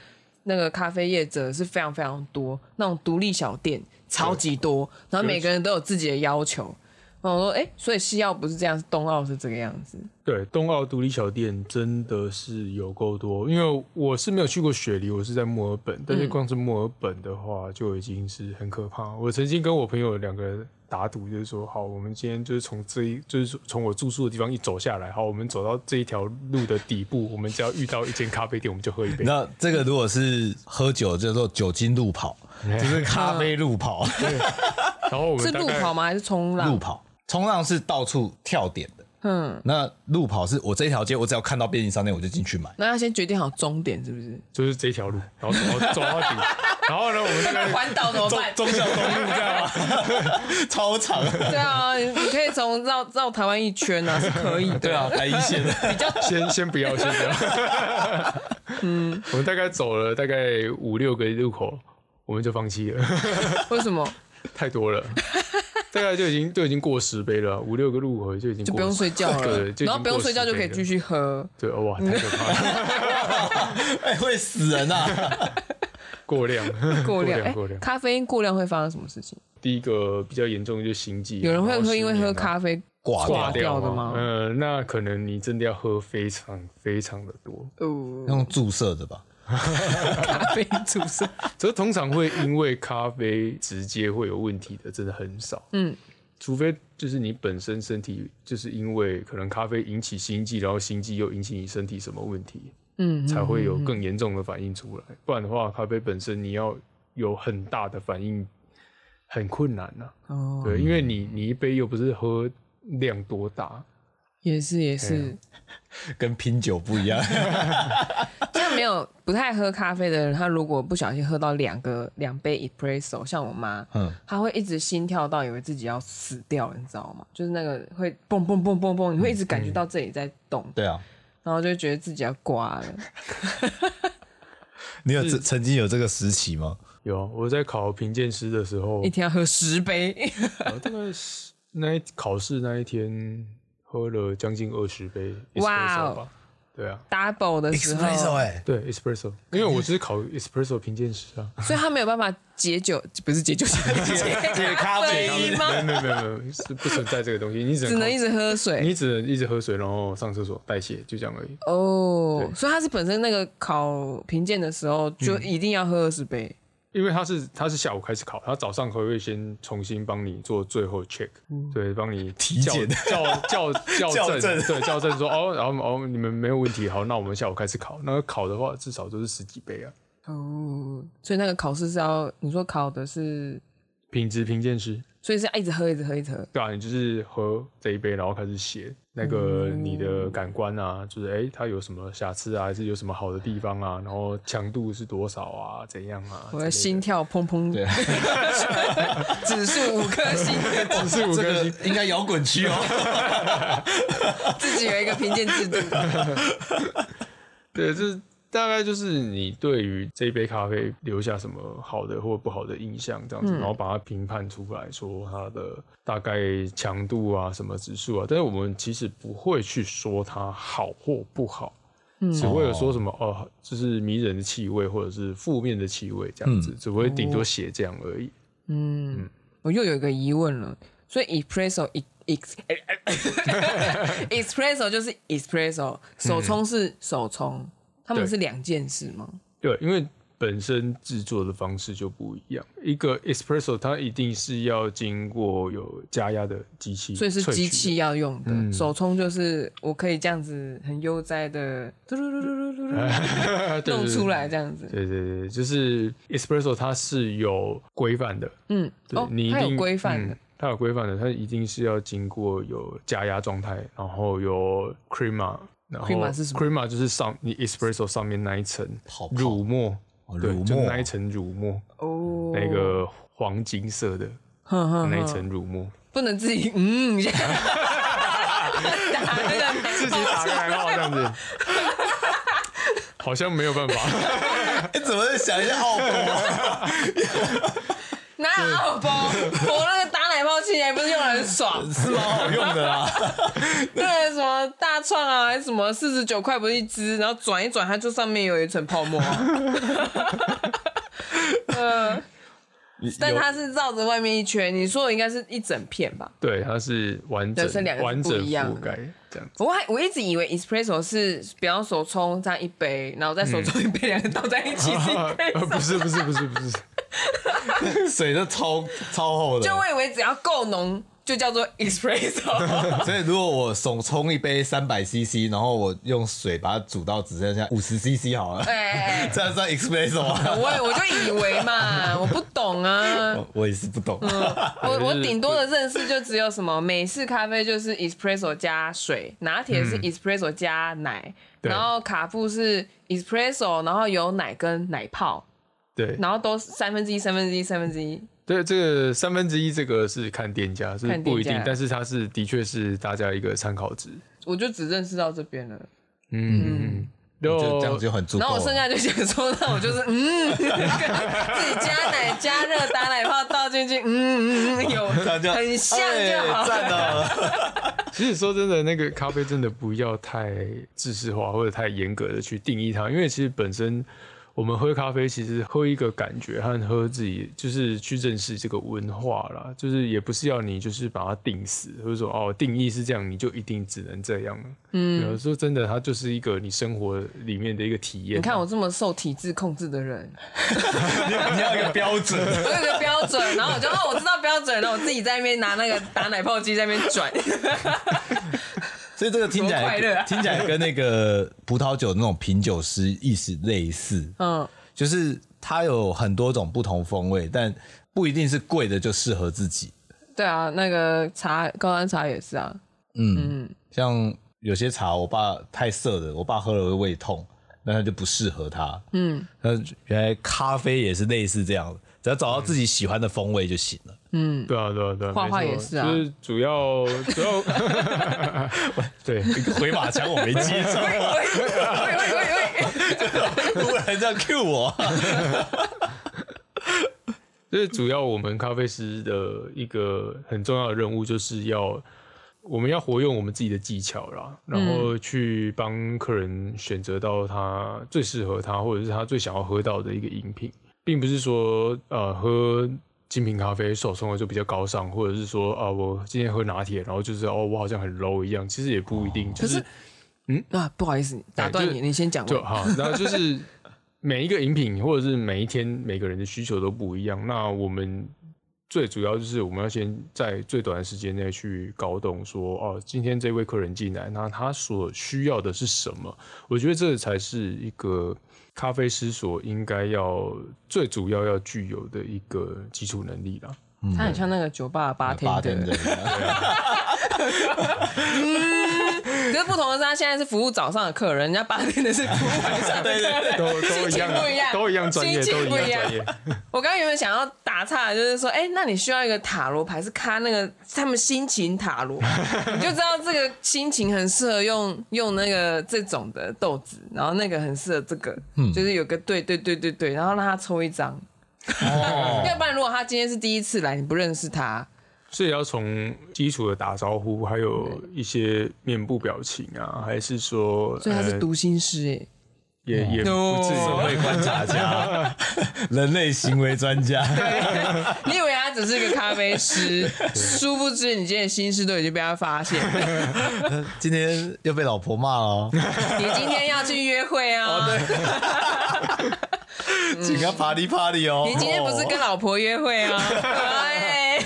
Speaker 2: 那个咖啡业者是非常非常多，那种独立小店超级多，然后每个人都有自己的要求。然后我说，哎、所以西澳不是这样，东澳是这个样子。
Speaker 3: 对，东澳独立小店真的是有够多，因为我是没有去过雪梨，我是在墨尔本，但
Speaker 2: 嗯
Speaker 3: 是光是墨尔本的话就已经是很可怕。我曾经跟我朋友两个人打赌，就是说，好，我们今天就是从这一，就是从我住宿的地方一走下来，好，我们走到这一条路的底部，我们只要遇到一间咖啡店，我们就喝一杯。
Speaker 1: 那这个如果是喝酒叫做酒精路跑，就是咖啡路跑，
Speaker 3: 然后我们
Speaker 2: 是
Speaker 3: 大
Speaker 2: 路
Speaker 3: 概
Speaker 2: 跑吗？还是冲浪？
Speaker 1: 路跑冲浪是到处跳点的，
Speaker 2: 嗯，
Speaker 1: 那路跑是我这条街，我只要看到便利商店我就进去买。
Speaker 2: 那要先决定好终点是不 是？
Speaker 3: 就是这条路，然后走到走到底，然后呢，我们大 概
Speaker 2: 环岛怎么
Speaker 3: 中
Speaker 2: 办？
Speaker 3: 中小公路这样啊，
Speaker 1: 超长，
Speaker 2: 对啊，你你可以从绕绕台湾一圈啊，是可 以的。
Speaker 1: 对 啊，台一线
Speaker 3: 先先不要，先不要。 嗯，我们大概走了大概五六个路口，我们就放弃了，
Speaker 2: 为什么
Speaker 3: 太 多了，大概就已经就已经过十杯了，五六个路口就已经
Speaker 2: 就
Speaker 3: 过
Speaker 2: 不用睡觉了
Speaker 3: 对，就已经？
Speaker 2: 然后不用睡觉就可以
Speaker 3: 过
Speaker 2: 继
Speaker 3: 十
Speaker 2: 续
Speaker 3: 杯了。
Speaker 2: 喝。
Speaker 3: 对，哦哇，太可 怕了，
Speaker 1: 哎，会死人啊！
Speaker 3: 过量，
Speaker 2: 过量，
Speaker 3: 过
Speaker 2: 哎，
Speaker 3: 量。
Speaker 2: 咖啡因过量会发生什么事情？
Speaker 3: 第一个比较严重的就是心悸啊，
Speaker 2: 有人会
Speaker 3: 然后
Speaker 2: 喝因为
Speaker 3: 失眠
Speaker 2: 喝
Speaker 3: 啊
Speaker 2: 咖啡
Speaker 1: 挂掉
Speaker 3: 挂掉
Speaker 2: 掉的吗
Speaker 3: 呃，那可能你真的要喝非常非常的多，
Speaker 2: 哦，
Speaker 1: 用注射的吧？
Speaker 2: 咖啡因注 射，
Speaker 3: 这通常会因为咖啡直接会有问题的，真的很少。
Speaker 2: 嗯，
Speaker 3: 除非就是你本身身体就是因为可能咖啡引起心悸，然后心悸又引起你身体什么问题，
Speaker 2: 嗯，
Speaker 3: 才会有更严重的反应出来。不然的话，咖啡本身你要有很大的反应，很困难呐、
Speaker 2: 哦，
Speaker 3: 对，因为你你一杯又不是喝量多大，
Speaker 2: 也是也是
Speaker 3: 对，
Speaker 1: 跟拼酒不一样，
Speaker 3: 啊
Speaker 2: 像没有不太喝咖啡的人，他如果不小心喝到两个两杯 espresso，像我妈，
Speaker 1: 嗯
Speaker 2: 她会一直心跳到以为自己要死掉，你知道吗？就是那个会蹦蹦蹦蹦蹦，你会一直感觉
Speaker 3: 嗯
Speaker 2: 到这里在动，
Speaker 1: 对啊。
Speaker 2: 然后就觉得自己要挂了。
Speaker 1: 你有这曾经有这个时期吗？
Speaker 3: 有，啊我在考评鉴师的时 候
Speaker 2: 一，天要喝十杯，
Speaker 3: 呃大概是那一考试那一天喝了将近二十杯
Speaker 2: 哇哦
Speaker 3: espresso 吧。对啊，
Speaker 2: double 的时候，
Speaker 1: Espresso 哎，
Speaker 3: 对 espresso，因为我只是考 espresso 评鉴师啊。
Speaker 2: 所以他没有办法解酒，不是解酒，解
Speaker 1: 解咖啡
Speaker 2: 因
Speaker 3: 没有
Speaker 2: 吗？
Speaker 3: 没有没有没有，是不存在这个东西，你只
Speaker 2: 只能
Speaker 3: 能靠
Speaker 2: 一直喝水
Speaker 3: 你只能一直喝水，然后上厕所代谢，就这样而已。
Speaker 2: 哦。
Speaker 3: 对
Speaker 2: 所以他是本身那个考评鉴的时候就一定要喝二十杯，
Speaker 3: 因为他是他是下午开始考，他早上可会先重新帮你做最后 check，、对，
Speaker 2: 嗯
Speaker 3: 帮你
Speaker 1: 体
Speaker 3: 校
Speaker 1: 检
Speaker 3: 校校校
Speaker 1: 校
Speaker 3: 正，
Speaker 1: 正
Speaker 3: 对校正说哦，然后哦你们没有问题，好，那我们下午开始考。那个考的话，至少都是十几倍啊。
Speaker 2: 哦，所以那个考试是要你说考的是，
Speaker 3: 品质评鉴师，
Speaker 2: 所以是要一直喝，一直喝，一直喝。
Speaker 3: 对啊，你就是喝这一杯，然后开始写那个
Speaker 2: 嗯
Speaker 3: 你的感官啊，就是哎、诶它有什么瑕疵啊，还是有什么好的地方啊，然后强度是多少啊，怎样啊？
Speaker 2: 我的
Speaker 3: 之类
Speaker 2: 心跳砰砰，
Speaker 1: 对
Speaker 2: 指数五颗星，
Speaker 3: 的是五
Speaker 1: 这
Speaker 3: 颗
Speaker 1: 个
Speaker 3: 星，
Speaker 1: 应该摇滚区 哦。
Speaker 2: 自己有一个评鉴制度。
Speaker 3: 对，这大概就是你对于这一杯咖啡留下什么好的或不好的印象，这样子，
Speaker 2: 嗯
Speaker 3: 然后把它评判出来说它的大概强度啊、什么指数啊，但是我们其实不会去说它好或不好。
Speaker 2: 嗯
Speaker 3: 只会有说什么哦，就是迷人的气味或者是负面的气味这样子，只会顶
Speaker 2: 哦
Speaker 3: 多写这样而已。
Speaker 2: 嗯，我又有一个疑问了，所以 espresso e ex espresso 就是 espresso，手冲是手冲，他们
Speaker 3: 嗯对
Speaker 2: 是两件事吗？
Speaker 3: 对，因为本身制作的方式就不一样，一个 espresso 它一定是要经过有加压的机器萃取
Speaker 2: 所
Speaker 3: 的，嗯
Speaker 2: 以是机器要用的，手冲就是我可以这样子很悠哉的嘟嘟嘟嘟 嘟嘟嘟弄出来这样子。
Speaker 3: 对对对，就是 espresso 它是有规范的，
Speaker 2: 嗯，
Speaker 3: 对
Speaker 2: 哦，
Speaker 3: 你一
Speaker 2: 它有
Speaker 3: 定
Speaker 2: 规范的
Speaker 3: 嗯，它有规范的，它一定是要经过有加压状态，然后有 crema，然后
Speaker 2: crema 是什么
Speaker 3: crema 就是上你 espresso 上面那一层
Speaker 1: 泡泡
Speaker 3: 乳沫，
Speaker 1: 哦
Speaker 3: 对，
Speaker 1: 乳
Speaker 3: 就
Speaker 1: 沫
Speaker 3: 那一层乳沫，
Speaker 2: 哦，
Speaker 3: 那个黄金色的
Speaker 2: 哼嗯哼
Speaker 3: 那一
Speaker 2: 哼
Speaker 3: 层 乳沫，
Speaker 2: 不能自己 嗯一下，打那个
Speaker 3: 自己打开来泡这样子，好像没有办法。
Speaker 1: 你哎怎么想一下好多？
Speaker 2: 哪有奥包？我那个打奶泡器材不是用来很爽，
Speaker 1: 是蛮好用的啊啦。
Speaker 2: 那个什么大创啊，还是什么四十九块不是一支，然后转一转，它就上面有一层泡沫、啊。嗯但它是绕着外面一圈，你说的应该是一整片吧？
Speaker 3: 对，它是完整
Speaker 2: 人生两个是
Speaker 3: 完
Speaker 2: 不
Speaker 3: 整
Speaker 2: 一样的
Speaker 3: 覆盖这样子。
Speaker 2: 我还我一直以为 espresso 是，比方手冲这样一杯，然后再手冲一杯，两个倒在一 起是一杯
Speaker 3: 哦不是 不是不是不 是，
Speaker 1: 水都超超厚的，
Speaker 2: 就我以为只要够浓就叫做 espresso。
Speaker 1: 所以如果我手冲一杯三百 CC，然后我用水把它煮到只剩下五十 CC 好了，
Speaker 2: 哎，
Speaker 1: 这样算 espresso 吗？
Speaker 2: 我也我就以为嘛，我不懂啊。
Speaker 1: 我我也是不懂。啊
Speaker 2: 我我顶多的认识就只有什么美式咖啡就是 espresso 加水，拿铁
Speaker 1: 嗯
Speaker 2: 是 espresso 加奶，
Speaker 3: 对
Speaker 2: 然后卡布是 espresso，然后有奶跟奶泡，
Speaker 3: 对
Speaker 2: 然后都是三分之一、三分之一、三分之一。
Speaker 3: 对，这个三分之一这个是看店家，是
Speaker 2: 看店
Speaker 3: 不一定
Speaker 2: 家，
Speaker 3: 但是它是的确是大家一个参考值。
Speaker 2: 我就只认识到这边了，
Speaker 3: 嗯，然
Speaker 1: 就
Speaker 3: 后
Speaker 1: 这样就很足够了。
Speaker 2: 然后我剩下就想说，那 我就是嗯， 自己加奶加热打奶泡倒进去，嗯嗯嗯，有
Speaker 1: 这样就
Speaker 2: 很像就
Speaker 1: 哎
Speaker 2: 好了。
Speaker 1: 赞哦。
Speaker 3: 其实说真的，那个咖啡真的不要太制式化或者太严格的去定义它，因为其实本身我们喝咖啡，其实喝一个感觉和喝自己，就是去认识这个文化啦，就是也不是要你就是把它定死，或者说哦定义是这样，你就一定只能这样。嗯，有时候真的它就是一个你生活里面的一个体验。
Speaker 2: 你看我这么受体制控制的人，
Speaker 1: 你要有一个标准。
Speaker 2: 我有个标准，然后我就哦，我知道标准，然后我自己在那边拿那个打奶泡机在那边转，
Speaker 1: 所以这个听起
Speaker 2: 多快乐
Speaker 1: 来
Speaker 2: 啊
Speaker 1: 听起来跟那个葡萄酒那种品酒师意思类似，
Speaker 2: 嗯，
Speaker 1: 就是它有很多种不同风味，但不一定是贵的就适合自己。
Speaker 2: 对啊，那个茶高山茶也是啊，
Speaker 1: 嗯，像有些茶，我爸太涩的，我爸喝了会胃痛，那他就不适合他。嗯，那原来咖啡也是类似这样的，只要找到自己喜欢的风味就行了。
Speaker 3: 对啊，对啊，对啊，
Speaker 2: 画画
Speaker 3: 没错
Speaker 2: 也是啊
Speaker 3: 就是主要主 要对。
Speaker 1: 回马枪我没接上，
Speaker 2: 喂喂喂喂喂，
Speaker 1: 突然这样 Q 我。
Speaker 3: 就是主要我们咖啡师的一个很重要的任务，就是要我们要活用我们自己的技巧啦，然
Speaker 2: 嗯
Speaker 3: 后去帮客人选择到他最适合他，或者是他最想要喝到的一个饮品，并不是说呃喝。精品咖啡手冲的就比较高尚，或者是说啊、我今天喝拿铁，然后就是哦，我好像很 low 一样，其实也不一定，就
Speaker 2: 哦可
Speaker 3: 是
Speaker 2: 是啊，不好意思，打断你，你先讲
Speaker 3: 就
Speaker 2: 完。
Speaker 3: 好，然后就是每一个饮品或者是每一天每个人的需求都不一样。那我们最主要就是我们要先在最短的时间内去搞懂说，哦，今天这位客人进来，那他所需要的是什么？我觉得这才是一个咖啡师所应该要最主要要具有的一个基础能力啦。
Speaker 2: 他很像那个酒吧的八天
Speaker 1: 八天
Speaker 2: 的，
Speaker 1: 的，
Speaker 2: 可是不同的是，他现在是服务早上的客人，人家八天的是服务晚上的客人。
Speaker 3: 都都一样
Speaker 2: 心
Speaker 3: 啊
Speaker 2: 情不一，样
Speaker 3: 都一样专业，
Speaker 2: 心
Speaker 3: 都
Speaker 2: 情
Speaker 3: 一
Speaker 2: 不一
Speaker 3: 样
Speaker 2: 样
Speaker 3: 专业。
Speaker 2: 我刚刚原本想要打岔的，就是说，哎、那你需要一个塔罗牌，是看那个他们心情塔罗，你就知道这个心情很适合用用那个这种的豆子，然后那个很适合这个，就是有个对对对对对，然后让他抽一张，
Speaker 1: 哦
Speaker 2: 要不然如果他今天是第一次来，你不认识他，
Speaker 3: 所以要从基础的打招呼，还有一些面部表情啊，还是说，
Speaker 2: 所以他是
Speaker 3: 呃
Speaker 2: 读心师哎、
Speaker 3: 也也不至
Speaker 1: 社
Speaker 3: 于。啊
Speaker 1: 会观察家、人类行为专家，
Speaker 2: 你以为他只是一个咖啡师，殊不知你今天的心事都已经被他发现了。
Speaker 1: 今天又被老婆骂了哦，
Speaker 2: 你今天要去约会啊？
Speaker 1: 请他 party party 哦。
Speaker 2: 嗯你今天不是跟老婆约会啊？哎，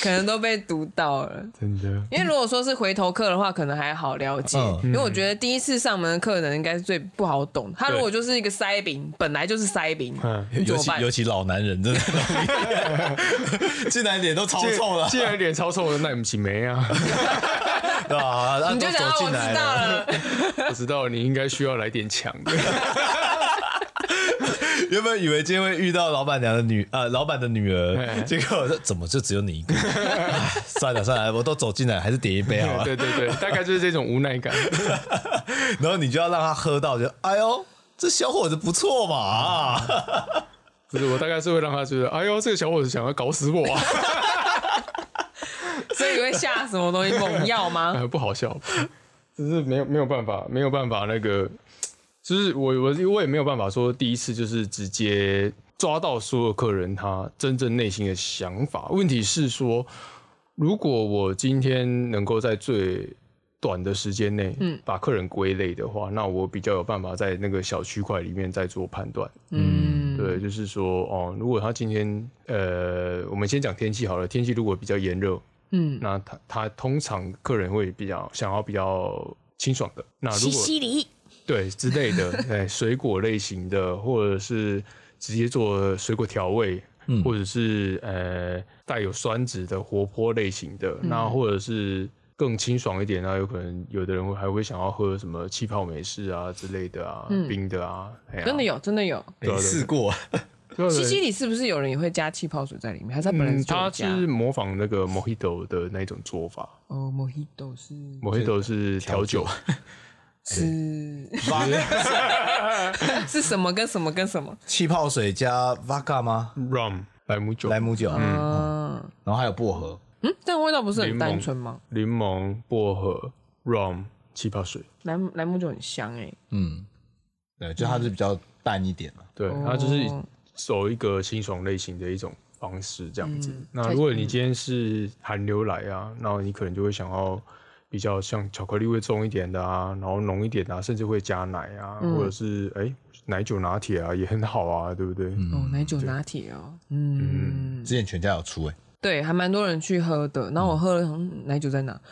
Speaker 2: 可能都被读到了。
Speaker 3: 真的，
Speaker 2: 因为如果说是回头客的话，可能还好了解。
Speaker 1: 嗯
Speaker 2: 因为我觉得第一次上门的客人应该是最不好懂。他如果就是一个塞饼，本来就是塞饼，
Speaker 3: 嗯，
Speaker 1: 哦
Speaker 2: 怎
Speaker 1: 尤
Speaker 2: 么
Speaker 1: 其
Speaker 2: 办
Speaker 1: 尤其老男人真的很进来脸都超臭了，
Speaker 3: 既然脸超臭的，那你们起 没啊？
Speaker 1: 对吧？他
Speaker 2: 你就
Speaker 1: 啊都
Speaker 2: 想
Speaker 1: 走
Speaker 2: 到我
Speaker 1: 进
Speaker 2: 知
Speaker 1: 来
Speaker 2: 道
Speaker 1: 了，
Speaker 2: 了。
Speaker 3: 我知道你应该需要来点强的，
Speaker 1: 原本以为今天会遇到老板娘的女呃老板的女儿，
Speaker 3: 哎
Speaker 1: 结果我说怎么就只有你一个？ 唉算了算了，我都走进来，还是点一杯
Speaker 2: 啊
Speaker 1: 好了。
Speaker 3: 对对对，大概就是这种无奈感。
Speaker 1: 然后你就要让他喝到，就哎呦，这小伙子不错嘛啊。
Speaker 3: 不是，我大概是会让他觉得，哎呦，这个小伙子想要搞死我啊，
Speaker 2: 所以你会下什么东西猛药 吗？
Speaker 3: 哎不好笑，只是没有没有办法，没有办法那个，就是我我我也没有办法说第一次就是直接抓到所有客人他真正内心的想法。问题是说，如果我今天能够在最短的时间内，嗯，把客人归类的话，那我比较有办法在那个小区块里面再做判断。
Speaker 2: 嗯，
Speaker 3: 对，就是说，哦，如果他今天，呃，我们先讲天气好了，天气如果比较炎热，
Speaker 2: 嗯，
Speaker 3: 那他他通常客人会比较想要比较清爽的，那如
Speaker 4: 西
Speaker 3: 果
Speaker 4: 西里
Speaker 3: 对之类的， 哎，水果类型的，或者是直接做水果调味，或者是呃带有酸质的活泼类型的，
Speaker 2: 嗯
Speaker 3: 那或者是更清爽一点，那有可能有的人会还会想要喝什么气泡美式啊之类的啊，冰的啊，哎呀
Speaker 2: 真的嗯有，真的有。
Speaker 3: 对
Speaker 1: 没
Speaker 3: 啊对啊
Speaker 1: 试过，
Speaker 3: 对啊对
Speaker 2: 西
Speaker 3: 啊
Speaker 2: 西里是不是有人也会加气泡水在里面？还是他本来
Speaker 3: 嗯，
Speaker 2: 就有
Speaker 3: 它
Speaker 2: 加？
Speaker 3: 是模仿那个 Mojito 的那一种做法
Speaker 2: 哦，Mojito 是
Speaker 3: ，Mojito 是调酒，
Speaker 2: 是
Speaker 1: 哇
Speaker 2: 是 什么跟什么跟什么？
Speaker 1: 气泡水加 vodka 吗？
Speaker 3: rum 莱姆酒、
Speaker 1: 莱姆酒，然
Speaker 2: 嗯
Speaker 1: 后还有薄荷，
Speaker 2: 嗯，但味道不是很
Speaker 3: 柠檬
Speaker 2: 单纯吗？
Speaker 3: 柠檬、薄荷、rum 气泡水。
Speaker 2: 莱姆莱姆酒很香哎，
Speaker 1: 嗯，对，就它是比较淡一点了。
Speaker 3: 对，它就是走一个清爽类型的一种方式，这样子。那如果你今天是寒流来啊，然后你可能就会想要比较像巧克力味重一点的啊，然后浓一点的啊，甚至会加奶啊，或者是哎、奶酒拿铁啊，也很好啊，对不对？
Speaker 1: 嗯
Speaker 2: 哦，奶酒拿铁哦，嗯，
Speaker 1: 之前全家有出哎，
Speaker 2: 对，还蛮多人去喝的。然后我喝了，嗯奶酒在 哪？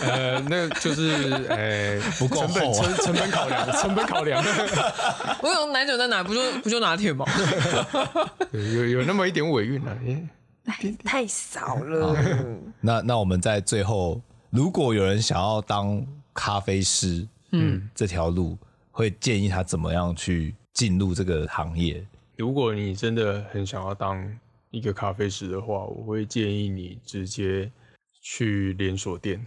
Speaker 3: 呃，那就是呃、
Speaker 1: 不够
Speaker 3: 成本
Speaker 1: 厚啊
Speaker 3: 成成本考量，成本考量，
Speaker 2: 我有奶酒在哪？不就不就拿铁吗？
Speaker 3: 嗯有有有那么一点尾韵啊。诶
Speaker 4: 太少了，
Speaker 1: 那那我们在最后，如果有人想要当咖啡师，嗯，这条路会建议他怎么样去进入这个行业？
Speaker 3: 如果你真的很想要当一个咖啡师的话，我会建议你直接去连锁店，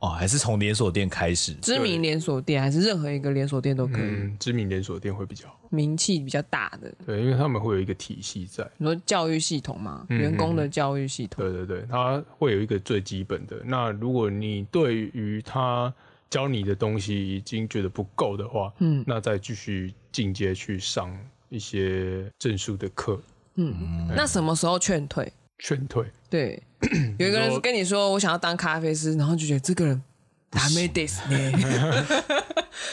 Speaker 1: 哦，还是从连锁店开 始？
Speaker 2: 知名连锁店还是任何一个连锁店都可以，
Speaker 3: 嗯，知名连锁店会比较好。
Speaker 2: 名气比较大的。
Speaker 3: 对，因为他们会有一个体系在。
Speaker 2: 你说教育系统嘛，
Speaker 3: 嗯
Speaker 2: 员工的教育系统，
Speaker 3: 对对对，它会有一个最基本的。那如果你对于他教你的东西已经觉得不够的话，
Speaker 2: 嗯
Speaker 3: 那再继续进阶去上一些证书的课，
Speaker 2: 嗯，那什么时候劝退？
Speaker 3: 劝退。
Speaker 2: 对， 有一个人跟你说我想要当咖啡师，然后就觉得这个人他没得死 呢，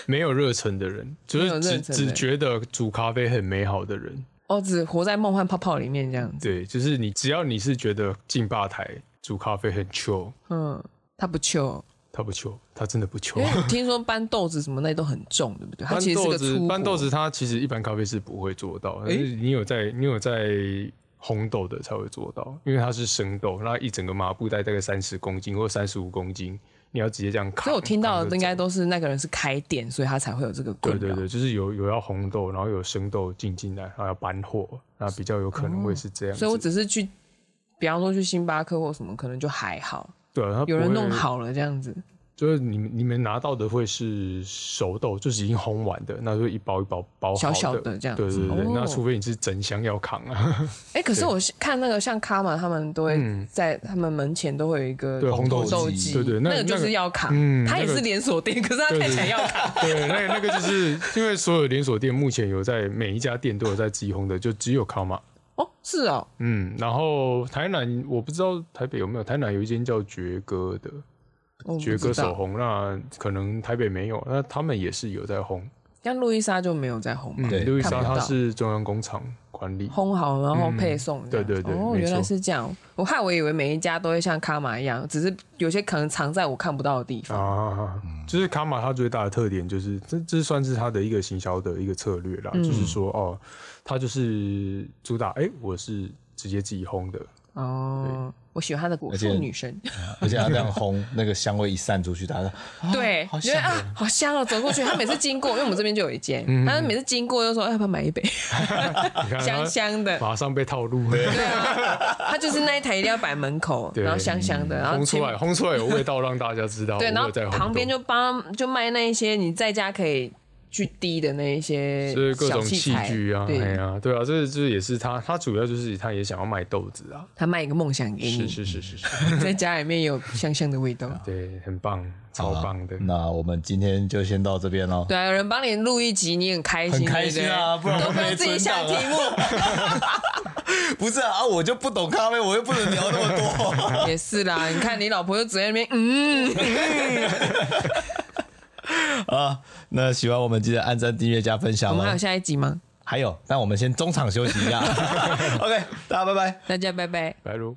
Speaker 3: 没有热忱的人，就
Speaker 2: 没有
Speaker 3: 是
Speaker 2: 热
Speaker 3: 只
Speaker 2: 忱
Speaker 3: 只
Speaker 2: 的
Speaker 3: 觉得煮咖啡很美好的人，
Speaker 2: 哦，只活在梦幻泡泡里面这样子。
Speaker 3: 对，就是你只要你是觉得进吧台煮咖啡很糗，
Speaker 2: 嗯，他不求，
Speaker 3: 他不糗，他真的不糗
Speaker 2: 因。为听说搬豆子什么那都很重，对不对？他
Speaker 3: 搬
Speaker 2: 其实是
Speaker 3: 豆
Speaker 2: 个
Speaker 3: 子
Speaker 2: 粗，活
Speaker 3: 搬豆子，它其实一般咖啡是不会做到，但是你有在，你有在烘豆的才会做到，因为它是生豆，那一整个麻布袋大概三十公斤或三十五公斤，你要直接这样扛。
Speaker 2: 所以我听到
Speaker 3: 扛着
Speaker 2: 的应该
Speaker 3: 走
Speaker 2: 都是那个人是开店，所以他才会有这个
Speaker 3: 对
Speaker 2: 困
Speaker 3: 对
Speaker 2: 扰。
Speaker 3: 对，就是有有要红豆，然后有生豆进进来，然后要搬货，那比较有可能会是这样子。
Speaker 2: 哦所以我只是去，比方说去星巴克或什么，可能就还好，
Speaker 3: 对啊，它不
Speaker 2: 有人
Speaker 3: 会
Speaker 2: 弄好了这样子。
Speaker 3: 就是你们你们拿到的会是熟豆，就是已经烘完的，那就一包一包包好
Speaker 2: 小小的这样
Speaker 3: 对对对，
Speaker 2: 哦
Speaker 3: 那除非你是整箱要扛啊，
Speaker 2: 哎、可是我看那个像卡玛他们都会
Speaker 3: 嗯
Speaker 2: 在他们门前都会有一个
Speaker 3: 对，红豆
Speaker 1: 红豆
Speaker 2: 机，
Speaker 1: 机
Speaker 3: 对对，
Speaker 2: 那
Speaker 3: 那
Speaker 2: 个就是要卡，
Speaker 3: 嗯
Speaker 2: 它也
Speaker 3: 那
Speaker 2: 是
Speaker 3: 个
Speaker 2: 连锁店，可是它
Speaker 3: 对对
Speaker 2: 看起来要卡。
Speaker 3: 那个对，那那个就是因为所有连锁店目前有在每一家店都有在自己烘的，就只有康玛。
Speaker 2: 哦，是哦，
Speaker 3: 嗯，然后台南我不知道台北有没有，台南有一间叫爵哥的
Speaker 2: 哦我不
Speaker 3: 爵哥
Speaker 2: 知
Speaker 3: 手
Speaker 2: 道。
Speaker 3: 烘，那可能台北没有，那他们也是有在烘。
Speaker 2: 像路易莎就没有在红嘛，
Speaker 1: 对
Speaker 3: 嗯，路易莎
Speaker 2: 看不到哦
Speaker 3: 她是中央工厂管理，
Speaker 2: 烘好然后配送这样子、
Speaker 3: 嗯对对对
Speaker 2: 哦，
Speaker 3: 没错
Speaker 2: 原来是这样，我害我以为每一家都会像卡玛一样，只是有些可能藏在我看不到的地方。
Speaker 3: 啊，就是卡玛它最大的特点就是，这这算是它的一个行销的一个策略
Speaker 2: 嗯
Speaker 3: 啦，就是说哦，它就是主打，哎、我是直接自己烘的，
Speaker 2: 哦，我喜欢她的果
Speaker 1: 而
Speaker 2: 腹
Speaker 1: 且
Speaker 2: 女神，
Speaker 1: 而且他这样烘，那个香味一散出去，大家
Speaker 2: 对，
Speaker 1: 好
Speaker 2: 觉得
Speaker 1: 香哦
Speaker 2: 啊好香哦，走过去，她每次经过，因为我们这边就有一间，
Speaker 3: 嗯
Speaker 2: 她每次经过就说哎要不要买 一杯，
Speaker 3: 你看
Speaker 2: 香
Speaker 3: 它
Speaker 2: 香的。
Speaker 3: 马上被套路，
Speaker 2: 对啊， 他就是那一台一定要摆门口，
Speaker 3: 对嗯
Speaker 2: 然后香香的，然后
Speaker 3: 烘出
Speaker 2: 前
Speaker 3: 来，烘出来有味道，让大家知道。
Speaker 2: 对，然
Speaker 3: 我
Speaker 2: 后
Speaker 3: 有在烘豆
Speaker 2: 旁边就帮就卖那一些你在家可以去滴的那一些
Speaker 3: 就是各
Speaker 2: 小
Speaker 3: 种
Speaker 2: 器
Speaker 3: 器
Speaker 2: 材
Speaker 3: 具啊，
Speaker 2: 对，
Speaker 3: 哎呀、对啊，这这也是他，他主要就是他也想要卖豆子啊，
Speaker 2: 他卖一个梦想给
Speaker 3: 是
Speaker 2: 你，
Speaker 3: 是是是是，
Speaker 2: 在家里面有香香的 味道。
Speaker 3: 对，很棒，超
Speaker 1: 啊
Speaker 3: 棒的。
Speaker 1: 那我们今天就先到这边喽。
Speaker 2: 对啊，有人帮你录一集，你很开心，
Speaker 1: 很开心啊
Speaker 2: 对
Speaker 1: 不
Speaker 2: 不对
Speaker 1: 然我
Speaker 2: 都不
Speaker 1: 们
Speaker 2: 用自己想题目，
Speaker 1: 不是啊，啊我就不懂咖啡，我又不能聊那么多。
Speaker 2: 也是啦。你看你老婆就只在那边，嗯，
Speaker 1: 啊，那喜欢我们记得按赞、订阅、加分
Speaker 2: 我
Speaker 1: 享
Speaker 2: 们
Speaker 1: 哦
Speaker 2: 还有。下一集吗？
Speaker 1: 还有，那我们先中场休息一下。OK，大家拜拜。
Speaker 2: 大家拜拜。
Speaker 3: 白如。